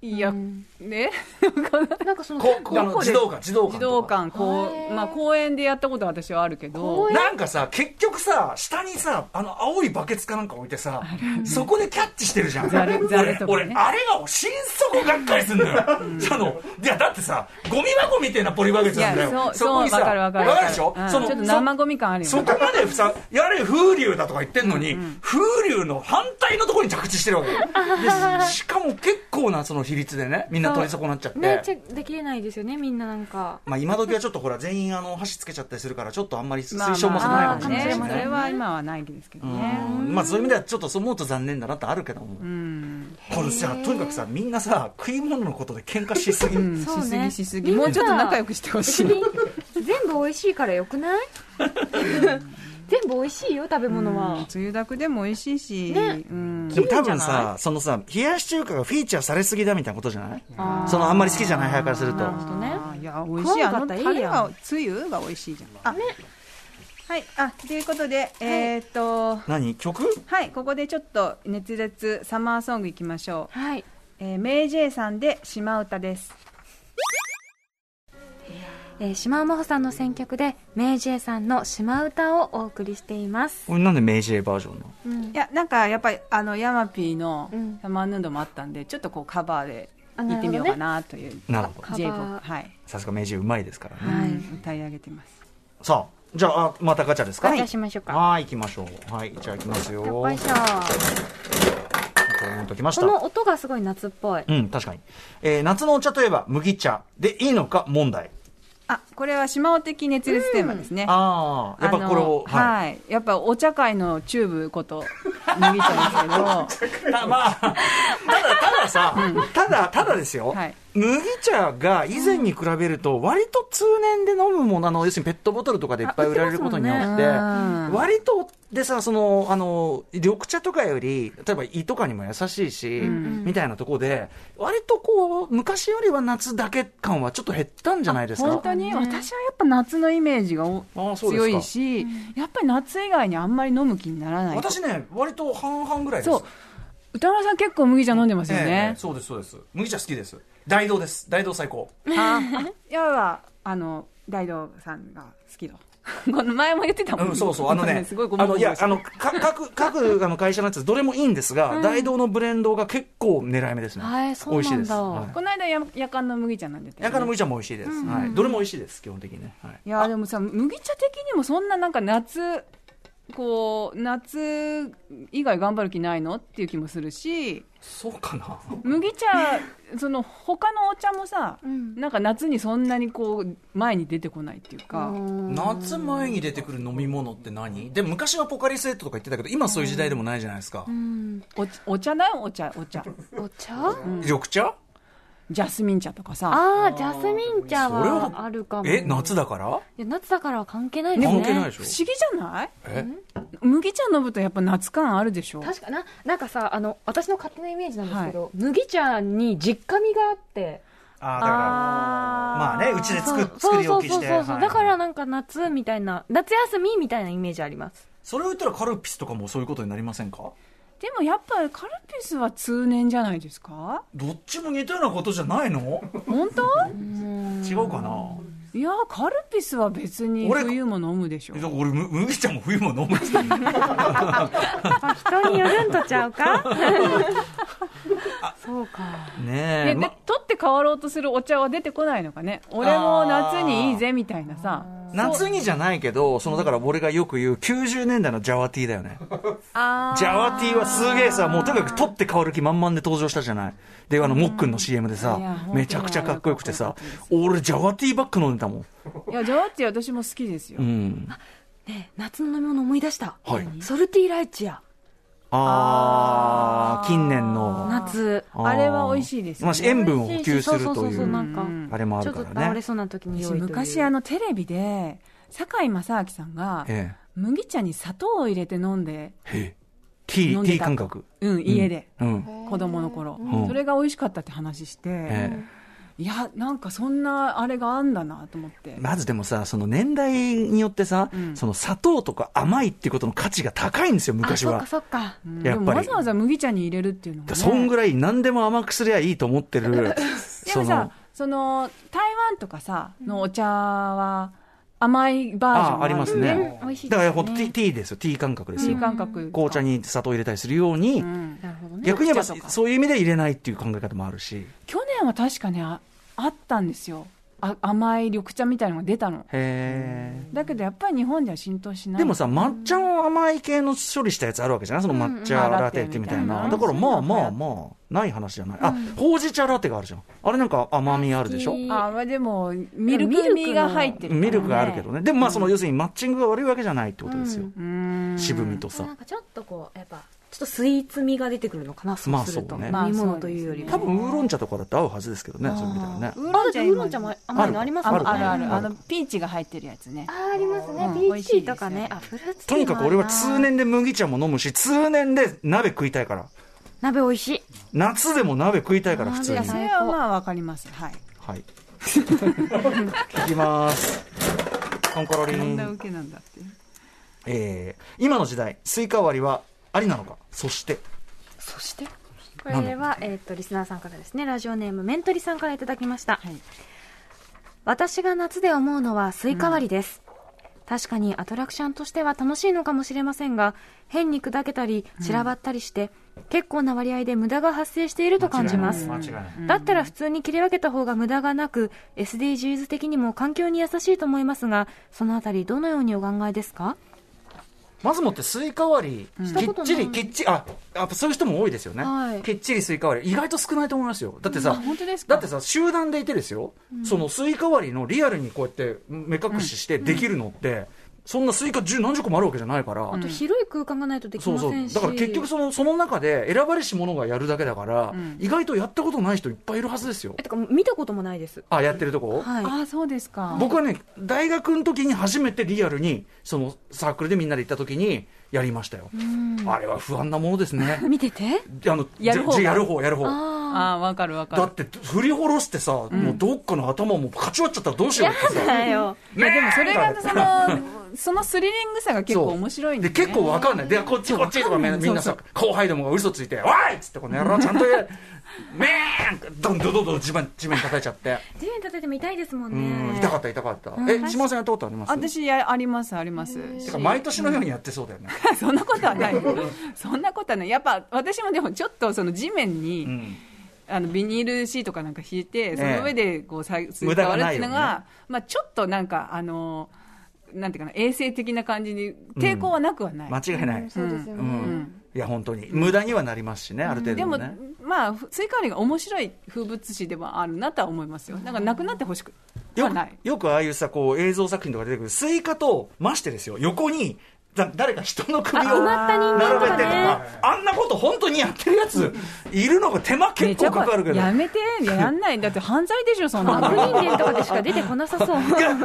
いやね なんかそのこ、こあの、どこで児童館、児童館とか。児童館こへう、ーまあ、公園でやったことは私はあるけど公園なんかさ、結局さ、下にさ、あの、青いバケツかなんか置いてさ、そこでキャッチしてるじゃん。ざるざるとかね俺、俺あれが心底がっかりすんだよ。あの、いや、だってさ、ゴミ箱みたいなポリバケツなんだよ。そうこそうにわさかるわかるわかるでしょ、うんそちょのっと生ゴミ感あるよそねこまでさ、やれ風流だとか言ってんのに、風流の反対のところに着地してるわけよ でしかも結構なその比率でね、みんな取り損なっちゃって。ねチェックできれないですよねみんななんかまあ今時はちょっとほら全員あの箸つけちゃったりするからちょっとあんまり推まあまあ奨もされないかもしれないねしそねれは今はないですけどねうんまあそういう意味ではちょっとそう思うと残念だなってあるけども、うんこれさとにかくさみんなさ食い物のことで喧嘩しすぎうる、んしそうすねぎしすぎみんなもうちょっと仲良くしてほしい別に 全部美味しいからよくない 全部美味しいよ食べ物うんはつゆだくでも美味しいし、ねうんでも多分さそのさ冷やし中華がフィーチャーされすぎだみたいなことじゃないそのあんまり好きじゃない早からするとなるほどねあーいや美味しい食わんあかのったタらいいやんレがつゆが美味しいじゃんあ、はいあということでえーっと何曲はいここでちょっと熱烈サマーソングいきましょう、はいえー、メイジェイさんで島唄ですえー島尾真帆さんの選曲で明治江さんの「島唄」をお送りしています、これなんで明治バージョンのうんいやなんかやっぱりあのヤマピーのうんサマーヌードもあったんでちょっとこうカバーであな行るほどねってみようかなというなるほどカバー j ボはい、さすが明治うまいですからね、はいうん歌い上げてますさあじゃああまたガチャですかガチャしましょうかはい行きましょうはいじゃあ行きますよよっこいしょポンときましこたの音がすごい夏っぽいうん確かに、えー夏のお茶といえば麦茶でいいのか問題あこれは島尾的熱烈テーマですね、ああやっぱこれをあのはい、やっぱお茶会のチューブこと麦茶ですけどたまあ、ただ、ただ さ、ただ、ただですよ。はい麦茶が以前に比べると、割と通年で飲むもの、あの、要するにペットボトルとかでいっぱい売られることによ って、あ売割と、でさ、その、あの、緑茶とかより、例えば胃とかにも優しいし、んみたいなとこで、割とこう、昔よりは夏だけ感はちょっと減ったんじゃないです本か。当に私はやっぱ夏のイメージがおあーそうですか強いし、やっぱり夏以外にあんまり飲む気にならない私ね、割と半々ぐらいです。そう歌丸さん結構麦茶飲んでますよええね、そうです、そうです。麦茶好きです。大道です。大道最高。あいやはあの大道さんが 好きだこの前も言ってたもん、うん、そうそう、あのね、 すごいごめあんの、ごいめんや、あの、か各、各、あの、会社のやつ、どれもいいんですが、大道のブレンドが結構狙い目ですね。はいそう美なんだ味しいです。はこの間や夜間の麦茶飲んでい。たよねやかの麦茶も美味しいです。はい。どれも美味しいです、基本的にね。はい。いやでもさ麦茶的にもそんななんか夏こう夏以外頑張る気ないのっていう気もするしそうかな。麦茶その他のお茶もさ、んなんか夏にそんなにこう前に出てこないっていうか、夏前に出てくる飲み物って何でも昔はポカリスエットとか言ってたけど、今そういう時代でもないじゃないですか。うんおお茶だよお茶お茶お茶緑茶ジャスミン茶とかさああジャスミン茶はあるかもえ、夏だからいや夏だからは関係ないですね関係ないでしょ不思議じゃないえ麦茶飲むとやっぱ夏感あるでしょ確かななんかさあの私の勝手なイメージなんですけど、麦茶に実家味があってああ、だまあーあね、うちで作そう作り置きそうそうして。そうそう、はいだからなんか夏みたいな夏休みみたいなイメージあり ますそれを言ったらカルピスとかもそういうことになりませんかでもやっぱカルピスは通年じゃないですかどっちも似たようなことじゃないの本当違うかないやカルピスは別に俺冬も飲むでしょだから俺む麦茶も冬も飲むんですよあ人によるんとちゃうかそうかねねえ、まで取って変わろうとするお茶は出てこないのかね俺も夏にいいぜみたいなさ夏にじゃないけどそのだから俺がよく言う90年代のジャワティーだよねあジャワティーはすげえさもうとにかく取って変わる気満々で登場したじゃないであのもっくんの CM でいやさ本当にめちゃくちゃかっこよくてさ俺ジャワティーばっか飲んでたもんいやジャワティー私も好きですよ、うんねえ夏の飲み物思い出した、はいソルティーライチやああ近年の夏あーあれは美味しいですよねまあ塩分を補給するそうそとういそううなんかあれもあちょるっとから倒れねそうな時に良い私という昔あのテレビで堺正明さんがえ麦茶に砂糖を入れて飲んで、えへえティー飲んテでィーた感覚うん、家で、うん子供の頃、うんそれが美味しかったって話して、えいやなんかそんなあれがあんだなと思って、えまずでもさその年代によってさ、うんその砂糖とか甘いってことの価値が高いんですよ昔はあそっかうんやっぱでりもわざわざ麦茶に入れるっていうのが、ね、そんぐらい何でも甘くすりゃいいと思ってるでもさその台湾とかさのお茶は甘いバージョンあありますね、そっかうん美味しいだからほほんとティティーですよティー感覚ですいいよ感覚紅茶に砂糖入れたりするように、うんなるほどね逆に言えば緑茶とかそういう意味で入れないっていう考え方もあるし去年は確かねああったんですよあ甘い緑茶みたいのが出たのへえだけどやっぱり日本では浸透しないでもさ、抹茶を甘い系の処理したやつあるわけじゃないその抹茶うんまあラテってみたいな。ラテみたいなだからまあまあうんまあ、ない話じゃない。あ、ほうじ茶ラテがあるじゃん。あれなんか甘みあるでしょあまあでもミルク味が入ってるからねミルクがあるけどね。でもまあその要するにマッチングが悪いわけじゃないってことですよ。うーん渋みとなさん。かちょっとこうやっぱちょっとスイーツ味が出てくるのかなそうすると、まあそうね飲み物というより多も、分ウーロン茶とかだって合うはずですけどね、そういう意味ではね。あだってウーロン茶も甘いのありますあもんるねあるあるああるのピーチが入ってるやつねあーありますね、うんビ美ー味チしいとかねであフルーツテとィにーもかあくる俺なは通年で麦茶も飲むし、通年で鍋食いたいから。鍋美味しい夏でも鍋食いたいから、普通に。鍋そがはれはまあわかりますはい。い いきます。コンコロリこんンな。受けなんだってえー今の時代スイカ割りはありなのかそしてそしてこれは、えー、とリスナーさんからですねラジオネームメントリさんからいただきました、はい私が夏で思うのはスイカ割りです、確かにアトラクションとしては楽しいのかもしれませんが変に砕けたり散らばったりして、結構な割合で無駄が発生していると感じます間違いない間違いないだったら普通に切り分けた方が無駄がなく SDGs 的にも環境に優しいと思いますがそのあたりどのようにお考えですかまずもってスイカ割りしきたっことないちりきっちりああそういう人も多いですよね、はいきっちりスイカ割り意外と少ないと思いますよだってさ、本当ですかだってさ集団でいてですよ、そのスイカ割りのリアルにこうやって目隠ししてできるのって、そんなスイカ十何十個もあるわけじゃないから、あと広い空間がないとできそうませそんうしだから結局そのその中で選ばれし者がやるだけだから、ん意外とやったことない人いっぱいいるはずですよえてか見たこともないですあやってるとこ、はい。ああそうですか僕はね、大学の時に初めてリアルに、そのサークルでみんなで行った時にやりましたよ。あれは不安なものですね見ててあの、 やる方がぜぜやる方、やる方。あああわかるわかだるって、振り下ろしてさ、もうどっかの頭もかち割っちゃったらどうしようってあさ。だよいやでもそれがそのそのスリリングさが結構面白いんで、です結構わかんない。で、こっちこっちとかみんなみんなさ、後輩どもが嘘ついて、おいっつ ってこの野郎ちゃんとやる。めーんってどんどんどんどん地面、地面に叩いちゃ って。地面立てても痛いですもんうねん、痛かった痛かった。え、島さんやったことあります私やありますありますてか毎年のようにやってそうだよね。 そんなことはないそんなことはないやっぱ私もでもちょっとその地面に、うん。あのビニールシートかなんか敷いて、その上でこうさスイ無駄カが割るっなていいよううにのねが、まあちょっとなんかあのなんていうかな衛生的な感じに抵抗はなくはない、間違いない。そうですようね、ん、いや本当に無駄にはなりますしね、ある程で度も、はね。まあスイカ割りが面白い風物詩ではあるなとは思いますよだからなくなってほしくはよないくよくああいうさこう映像作品とか出てくるスイカとましてですよ横にだ誰か人の首を埋並まった人間べてととかねかあんなこと本当にやってるやついるのが手間結構かかるけど。いややめてやんないだって犯罪でしょそんな悪の人間とかでしか出てこなさそう いやいやいや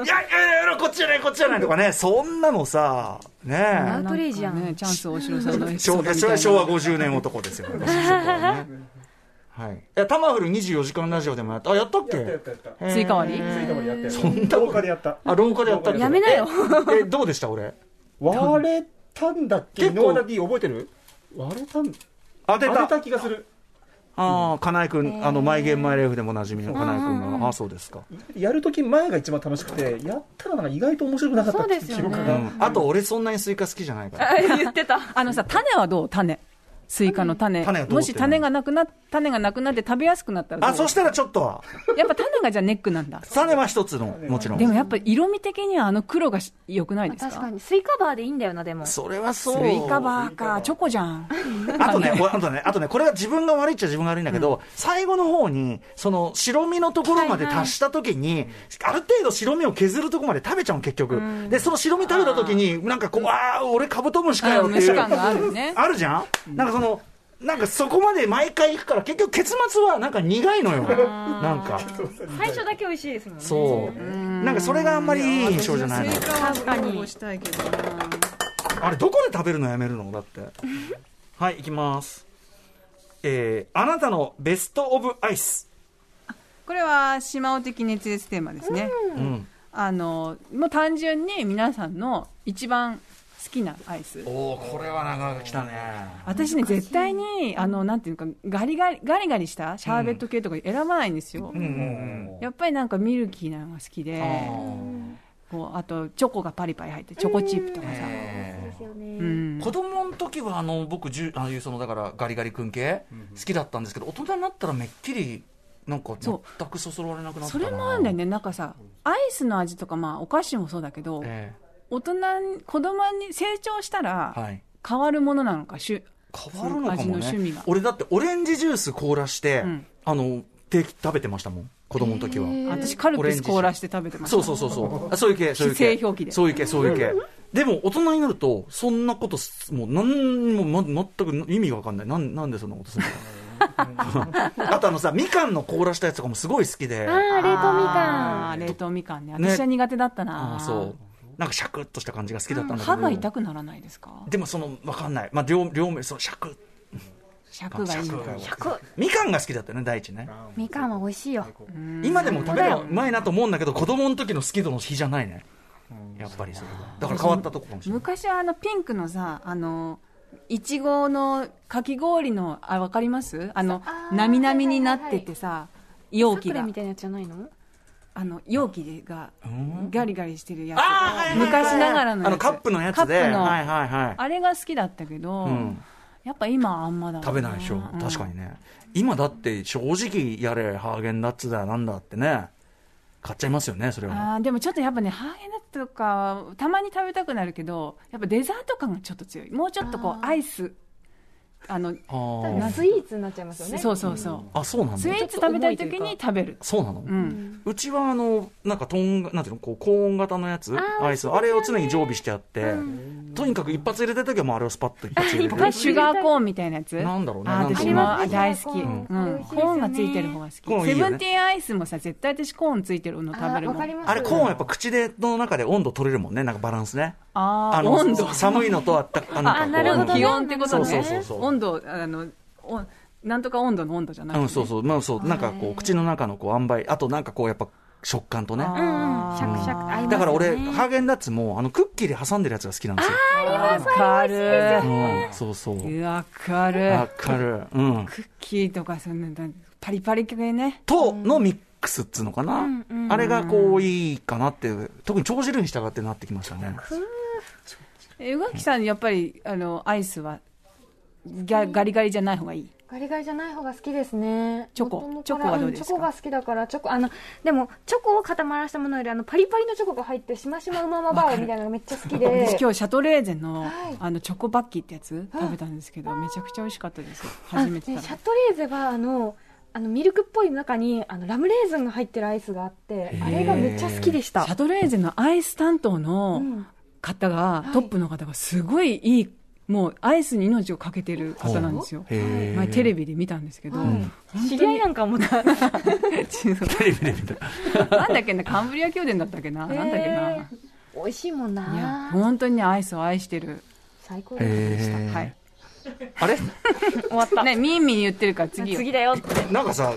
こっちじゃないこっちじゃないとかねそんなのさアねウトレイジやんなんかねチャンス大城さんのエピソー昭ドみたいなそれは昭和50年男ですよ私そこはねはいいやタマフル24時間ラジオでもやったあやったっけやったやった。スイカ割りついたまでやったよ。そんな廊下でやった。あ廊下でやったっけやめなよ ええどうでした俺割れたんだっけ結構ノーダディ覚えてる割れたん当て割たれた気がする。ああ、金井君、あの、マイゲームマイライフでもおなじみの金井君が、ああ、そうですか。やるとき前が一番楽しくて、やったらなんか意外と面白くなかったっていう記憶そうですうが。ん。あと、俺そんなにスイカ好きじゃないから。言ってたあのさ種はどう種スイカの種。種がどうっていうのもし種がなくな、種がなくなって食べやすくなったらどうあ、そしたらちょっと、やっぱ種がじゃあネックなんだ。種は一つの、もちろでもん。やっぱ色味的にはあの黒がし良くないですか確かにスイカバーでいいんだよなでもそれはそう。スイカバーか、チョコじゃん。あとね、おあとね、あとね、これは自分が悪いっちゃ自分が悪いんだけど、最後の方に、その白身のところまで達した時に、ある程度白身を削るところまで食べちゃうの結局。で、その白身食べた時に、なんかこう、ああ、俺カブトムシかようっんてい虫う。感がある ね。あるじゃんなんかその、なんかそこまで毎回行くから、結局結末はなんか苦いのよ。なんか。最初だけ美味しいですもんねそう。なんかそれがあんまりいい印象じゃないの。確かにしたいけどあれ、どこで食べるのやめるのだって。はい、行きます。えー、あなたのベストオブアイス。これは島尾的熱烈テーマですね。うん。あの、もう単純に皆さんの一番好きなアイス。おおこれはなかなか来たね。私ね、絶対に、あの、なんていうか、ガリガリ、ガリガリしたシャーベット系とか選ばないんですよ。うんうんやっぱりなんかミルキーなのが好きでうん。、あこうあとチョコがパリパリ入って、チョコチップとかーさ。えですようね。んー子供の時はあの僕じゅああいうそのだからガリガリ君系好きだったんですけど大人になったらめっきりなんか全くそそられなくなったそなれもあるんだよね、なんかさ、アイスの味とか、まあ、お菓子もそうだけど、え大人に、子供に成長したえら、はい変わるものなのか、しゅ変わるのか味のも趣味ねが俺だってオレンジジュース凍らして、うんあの定期食べてましたもん子供の時は、私、カルピス凍らして食べてました。そうそうそうそうあそういう系そういう製系氷機でそういう系そういう系でも大人になるとそんなことすもう何も、ま、全く意味が分かんないなんなんでそんなことするの あとあのさみかんの凍らしたやつとかもすごい好きでああ、冷凍みあかーん。冷凍みかんね。ね私は苦手だったあな。あそうなんかシャクッとした感じが好きだったんだけど、歯が痛くならないですかでもその分かんない、まあ、両両面そのシャクッ尺がいいの尺がかいい。 100みかんが好きだったよね第一ねみかんは美味しいよ。今でも食べるのうまいなと思うんだけど子供の時の好き度の比じゃないねやっぱりそうだから変わったとこかもしれない昔はあのピンクのさ、あの、いちごのかき氷の、あ、わかりますあの、なみなみになっててさ、容サク器レがみ、たいなやつじゃないのあの、容器がんガリガリしてるやあーはいはいつ。はい昔ながらのやつ。あのカップのやつでカップのはいはいはいあれが好きだったけど、んやっぱ今はあんまだな食べないでしょうん確かにね今だって正直やれハーゲンダッツだなんだってね買っちゃいますよねそれはあーでもちょっとやっぱねハーゲンダッツとかたまに食べたくなるけどやっぱデザート感がちょっと強いもうちょっとこうアイスあのあースイーツになっちゃいますよね。そうそうそう、あそうなんスイだーツ食べたい時に食べるそうなのうんうちはあのなんかトーンなんていうのこう高温型のやつアイスあれを常に常備してあってとにかく一発入れた時はもうあれをスパッと一発入れ あてれシュガーコーンみたいなやつなんだろうねなあんか私そんもなあ大好き、ううんん美味しいですよねコーンがついてる方がコー好ンきいいよねセブンティーンアイスもさ絶対私コーンついてるの食べるもあわんかります。あれコーンはやっぱ口での中で温度取れるもんねなんかバランスねあーあの温度寒いのとあったあなんかこうなるほどね気温ってことねそうそうそうそう温度あのおなんとか温度の温度じゃなくて、うねん、そうそう、まあそう、なんかこう、口の中のこう、塩梅あとなんかこう、やっぱ、食感とね。あうんうんシャクシャク合いますよねだから俺、ハーゲンダッツも、あの、クッキーで挟んでるやつが好きなんですよ。わかるうん、そうそう。わかるわかる。うん。クッキーとかそんなパリパリ系ねとのミックスっつうのかな。あれがこう、いいかなっていう、特に帳汁に従ってなってきましたね。え宇垣さんやっぱりあのアイスはガガリガリじゃない方がいいガリガリじゃない方が好きですね。チョコ元々かチョコはらどうですかんチョコが好きだから、チョコ、あの、でも、チョコを固まらしたものより、あの、パリパリのチョコが入って、しましまうままバーガーみたいなのがめっちゃ好きで私。今日シャトレーゼの,、はいあのチョコバッキーってやつ食べたんですけどめちゃくちゃ美味しかったですあ初めてね食シべャたトレーゼはあのあのミルクっぽい中にあのラムレーズンが入ってるアイスがあってあれがめっちゃ好きでしシャたトレーゼのアイス担当の方が、トップの方がすごいいいもうアイスに命を懸けてる方なんですよへえ前テレビで見たんですけど、はい知知りり合合いないなんんかもなテレビで見 た。なんだっけなカンブリア宮殿だったっけな、なんだっけな美味しいもんいやな本当にねアイスを愛してる最高でですした、へえはいあれ終わったねみんみん言ってるから次よ次だよってなんかさ、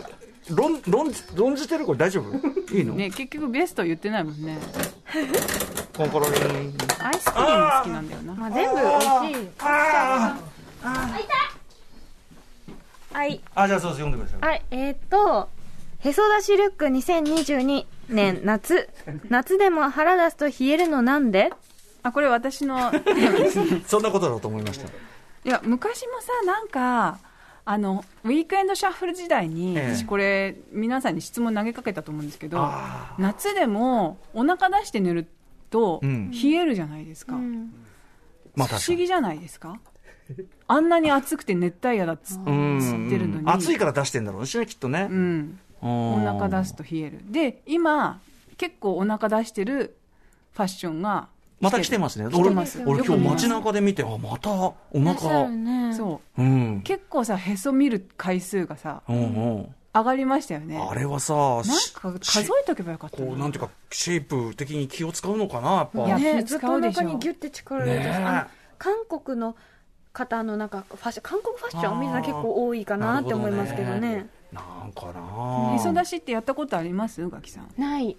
論、論、論じてるこれ大丈夫いいのね結局ベスト言ってないもんねコンコロリン。アイスクリーム好きなんだよなまあ全部美味しいあはいああ、じゃあそうです、読んでください。はいえーっとへそ出しルック2022年夏夏でも腹出すと冷えるのなんであこれ私のそんなことだと思いました。いや昔もさなんかあのウィークエンドシャッフル時代に、ええ私これ皆さんに質問投げかけたと思うんですけどあー夏でもお腹出して寝るとうん冷えるじゃないですか、まあ確不か思に議じゃないですかあんなに暑くて熱帯夜だっつってうん吸ってるのに暑いから出してんだろうしねきっとね、うんおお腹出すと冷えるで今結構お腹出してるファッションがまた来てますね来てます俺俺よく今見日ます街中で見てあまたお腹すね。そううん結構さへそ見る回数がさうんうん上がりましたよねあれはさしなんか数えとけばよかったこうなんていうかシェイプ的に気を使うのかなやっぱいやね気ずっと使うおでしょ腹にギュって力入れてねる、えあの韓国の方のなんかファッション韓国ファッションを見るのは結構多いかあなーって思いますけどねなるなんかなへそ出しってやったことありますうがきさんない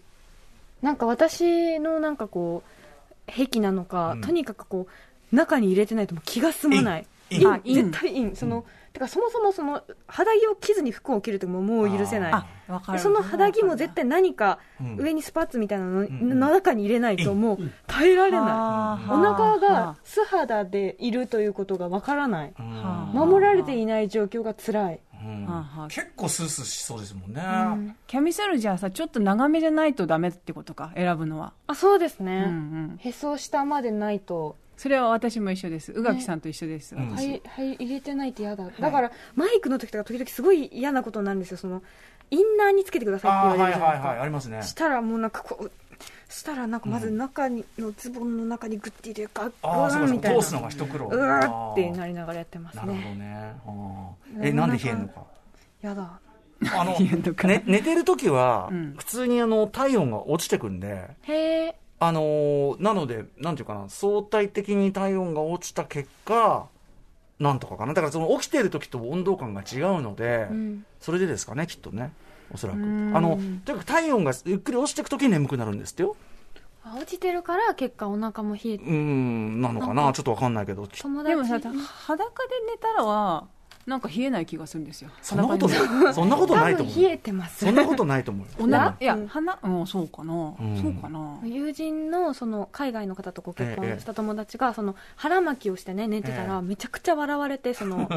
なんか私のなんかこう癖なのか、うんとにかくこう中に入れてないともう気が済まないインインあイン絶対インその、てかそもそもその肌着を着ずに服を着るとももう許せないあわかでその肌着も絶対何かうん上にスパッツみたいなのんうんの中に入れないともう耐えられないお腹が素肌でいるということがわからないうんはあ守られていない状況が辛い、うんはあはあ結構スースーしそうですもんね、キャミソールじゃあさちょっと長めじゃないとダメってことか選ぶのはあそうですうんね、うんへそ下までないとそれは私も一緒ですうがきさんと一緒ですうんは私い、はい、入れてないって嫌だ。だから、マイクの時とか時々すごい嫌なことになるんですよ。その、インナーにつけてくださいってああ言わはいれるじゃなはいいですはいあか。りますねしたらもうなんかこう、したらなんかまず中に、のズボンの中にグッて入れるか、うあわあそうーかそみうたかいな。通すのが一苦労うわーってあなりながらやってまあすなるほね。どねああえなんで冷えんのかやあだ。の、冷えんのかね、寝てる時はうん普通にあの体温が落ちてくんでへえ。あのーなのでなんていうかな相対的に体温が落ちた結果なんとかかなだからその起きてる時と温度感が違うので、うん。それでですかねきっとねおそらくあうんのとにかく体温がゆっくり落ちていく時に眠くなるんですってよあ落ちてるから、結果お腹も冷えうーんなのかなちょっとわかんないけどき友でもさ達裸で寝たらはなんか冷えない気がするんですよそんなこと裸にないそんなこと多ないと分思冷うえてますそん。なことないと思うおうんな、いやうん、鼻、うん、そうかな、んそうかな。友人のその海外の方とご結ええ婚した友達がその腹巻きをしてね寝てたええらめちゃくちゃ笑われてそ の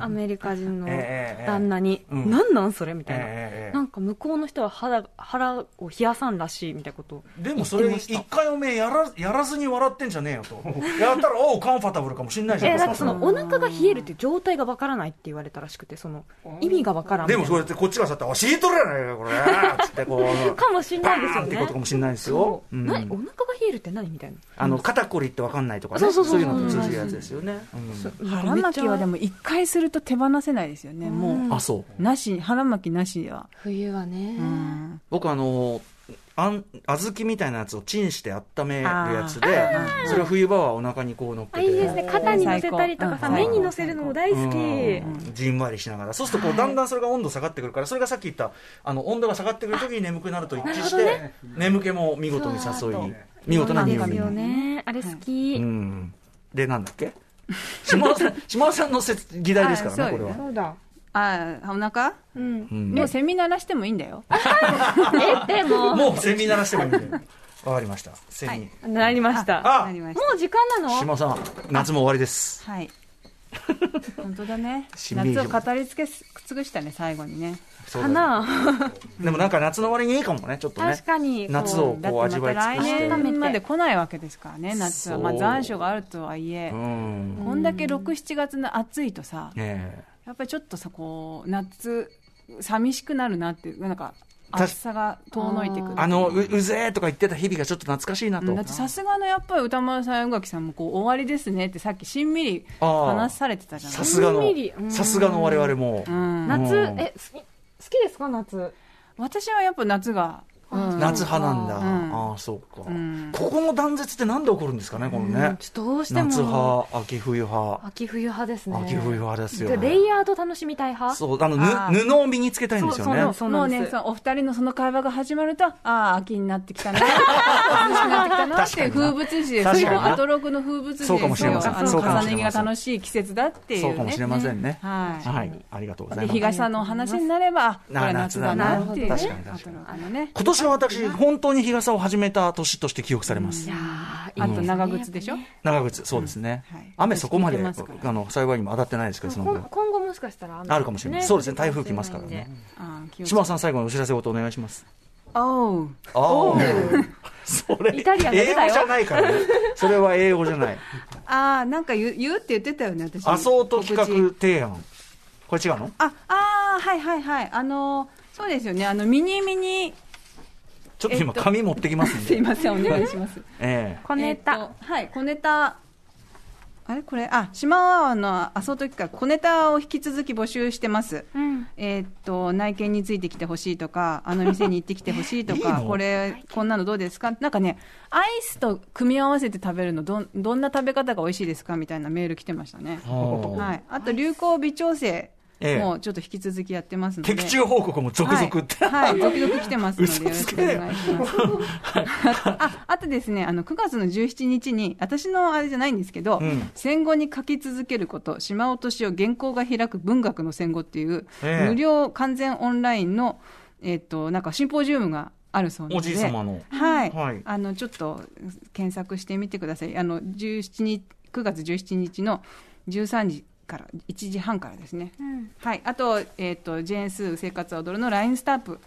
アメリカ人のええええ旦那に「うんなんなんそれ」みたいな。えええなんか向こうの人は腹腹を冷やさんらしいみたいなことをえでもそれ一回おめえやらやらずに笑ってんじゃねえよとやったらおうカンファタブルかもしんないじゃえんなんかそのお腹が冷えるっていう状態がわからないって言われたらしくてその意味がわからんでもそうれやってこっちがさって「お尻取れやないかこれ」 つってこうかもしれバないでーンすよってねことかもしんないですよそううん何お腹が冷えるって何みたいなあの肩こりってわかんないとかそねうそうそそうういうのと通じるやつですよねうん腹巻きはでも一回すると手放せないですよね、もあそうう。なし、腹巻きなしでは。冬はねうん。僕あのあん小豆みたいなやつをチンして温めるやつであーそれを冬場はお腹にこう乗っけあていいですね肩に乗せたりとかさうん目に乗せるのも大好きうんじんわりしながらそうするとこうだんだんそれが温度下がってくるからそれがさっき言ったあの温度が下がってくる時に眠くなると一致して眠気も見事に誘い見事なで入すよ眠ねあれ好きうんでなんだっけ島尾さん島尾さんの説議題ですからあねこそうれよねはそうだあー、お腹うんうんもうセミ鳴らしてもいいんだよ。えでももうセミ鳴らしてもいいんでわかりましたセミなりましたあなりましもう時間なの島尾さん夏も終わりです た。はい。本当だね。しんみり夏を語りつけす尽くしたね、最後にね。そうだかねなでもなんか夏の終わりにいいかもねちょっとね確かに夏をだこっう味てまわたい尽来くして改めて年まで来ないわけですからね、夏は。まあそう残暑があるとはいえう。んねこんだけ6、7月の暑いとさ、えやっぱりちょっとさこう夏寂しくなるなっていうなんか確暑さが遠のいてくるあのううぜーとか言ってた日々がちょっと懐かしいなうと、んだってさすがのやっぱり歌丸さんや宇垣さんもこう終わりですねってさっきしんみりあー話されてたじゃないさすがのしんみりうんさすがの我々も、うん夏うんえ好き好きですか夏私はやっぱ夏が、うん夏派なんだ、うんああそうか、んここの断絶ってなんで起こるんですかねこのうんね、ちょっとどうして夏も派秋冬派秋冬派ですね秋冬派ですよレイヤード楽しみたい派そうあのあぬー布を身につけたいんですよねそうそうもうなんねですそのお二人のその会話が始まるとああ秋になって きたな涼しくなってきたなっていう風物詩で確かすによなアトロクの風物詩ですそようかもしれませんあのそうかもしれません重ね着が楽しい季節だっていう、ね、そうかもしれませんねはい、はいありがとうございでます東さんのお話になれば、あこれなは夏だなっていう、夏だな確かに確かにあのね、今年は私、本当に日傘を始めた年として記憶されます。あと長靴でしょ、長靴、そうですねうんはい。雨そこまで、私聞いてますからあの、幸いにも当たってないですけど、その今分。今後もしかしたら雨あるかもしれない。そうですね、台風来ますからね。ああ気をつけて島尾さん、最後のお知らせごとお願いします。おうああ、それ、イタリアンが英出た語よじゃないからね。それは英語じゃない。ああなんか言う言うって言ってたよね私アソート企画告知提案。これ違うのああーはいはいはいあのそうですよねあのミニミニちょっと今、えっと紙持ってきますんすいで。ませんお願いし ますええ。小ネえータとはい小ネタあれこれあ島尾のアソート企画小ネタを引き続き募集してます、うんえーっと内見についてきてほしいとかあの店に行ってきてほしいといい かのこれこんなのどうですかなんかねアイスと組み合わせて食べるのどんどんな食べ方が美味しいですかみたいなメール来てましたねおーはい、あと流行微調整ええもちょっと引き続きやってますので、的中報告も続々って。はい、はい、続々来てますので、嘘よろつしけくお願いします。あ、あとですね、あの9月の17日に、私のあれじゃないんですけど、うん戦後に書き続けること、島落としを原稿が開く文学の戦後っていう、ええ無料完全オンラインの、えっ、と、なんかシンポジウムがあるそうなので。おじい様の。はい、はいあのちょっと検索してみてください。あの17日9月17日の13時から1時半からですね。はい。あとえっ、とジェーンスー生活は踊るのラインスタープ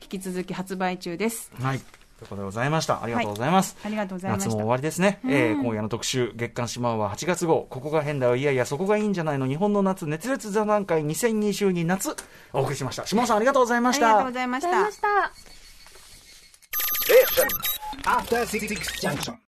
引き続き発売中です。はい。ということでございました。ありがとうございます。ありがとうございま夏しもた終。わりですね、えー今夜の特集月刊シマウは8月号ここが変だよいやいやそこがいいんじゃないの日本の夏熱烈座談会2022夏お送りしました島尾さんありがとうございまあしりがとうたございましありたまし。た After Six Junction.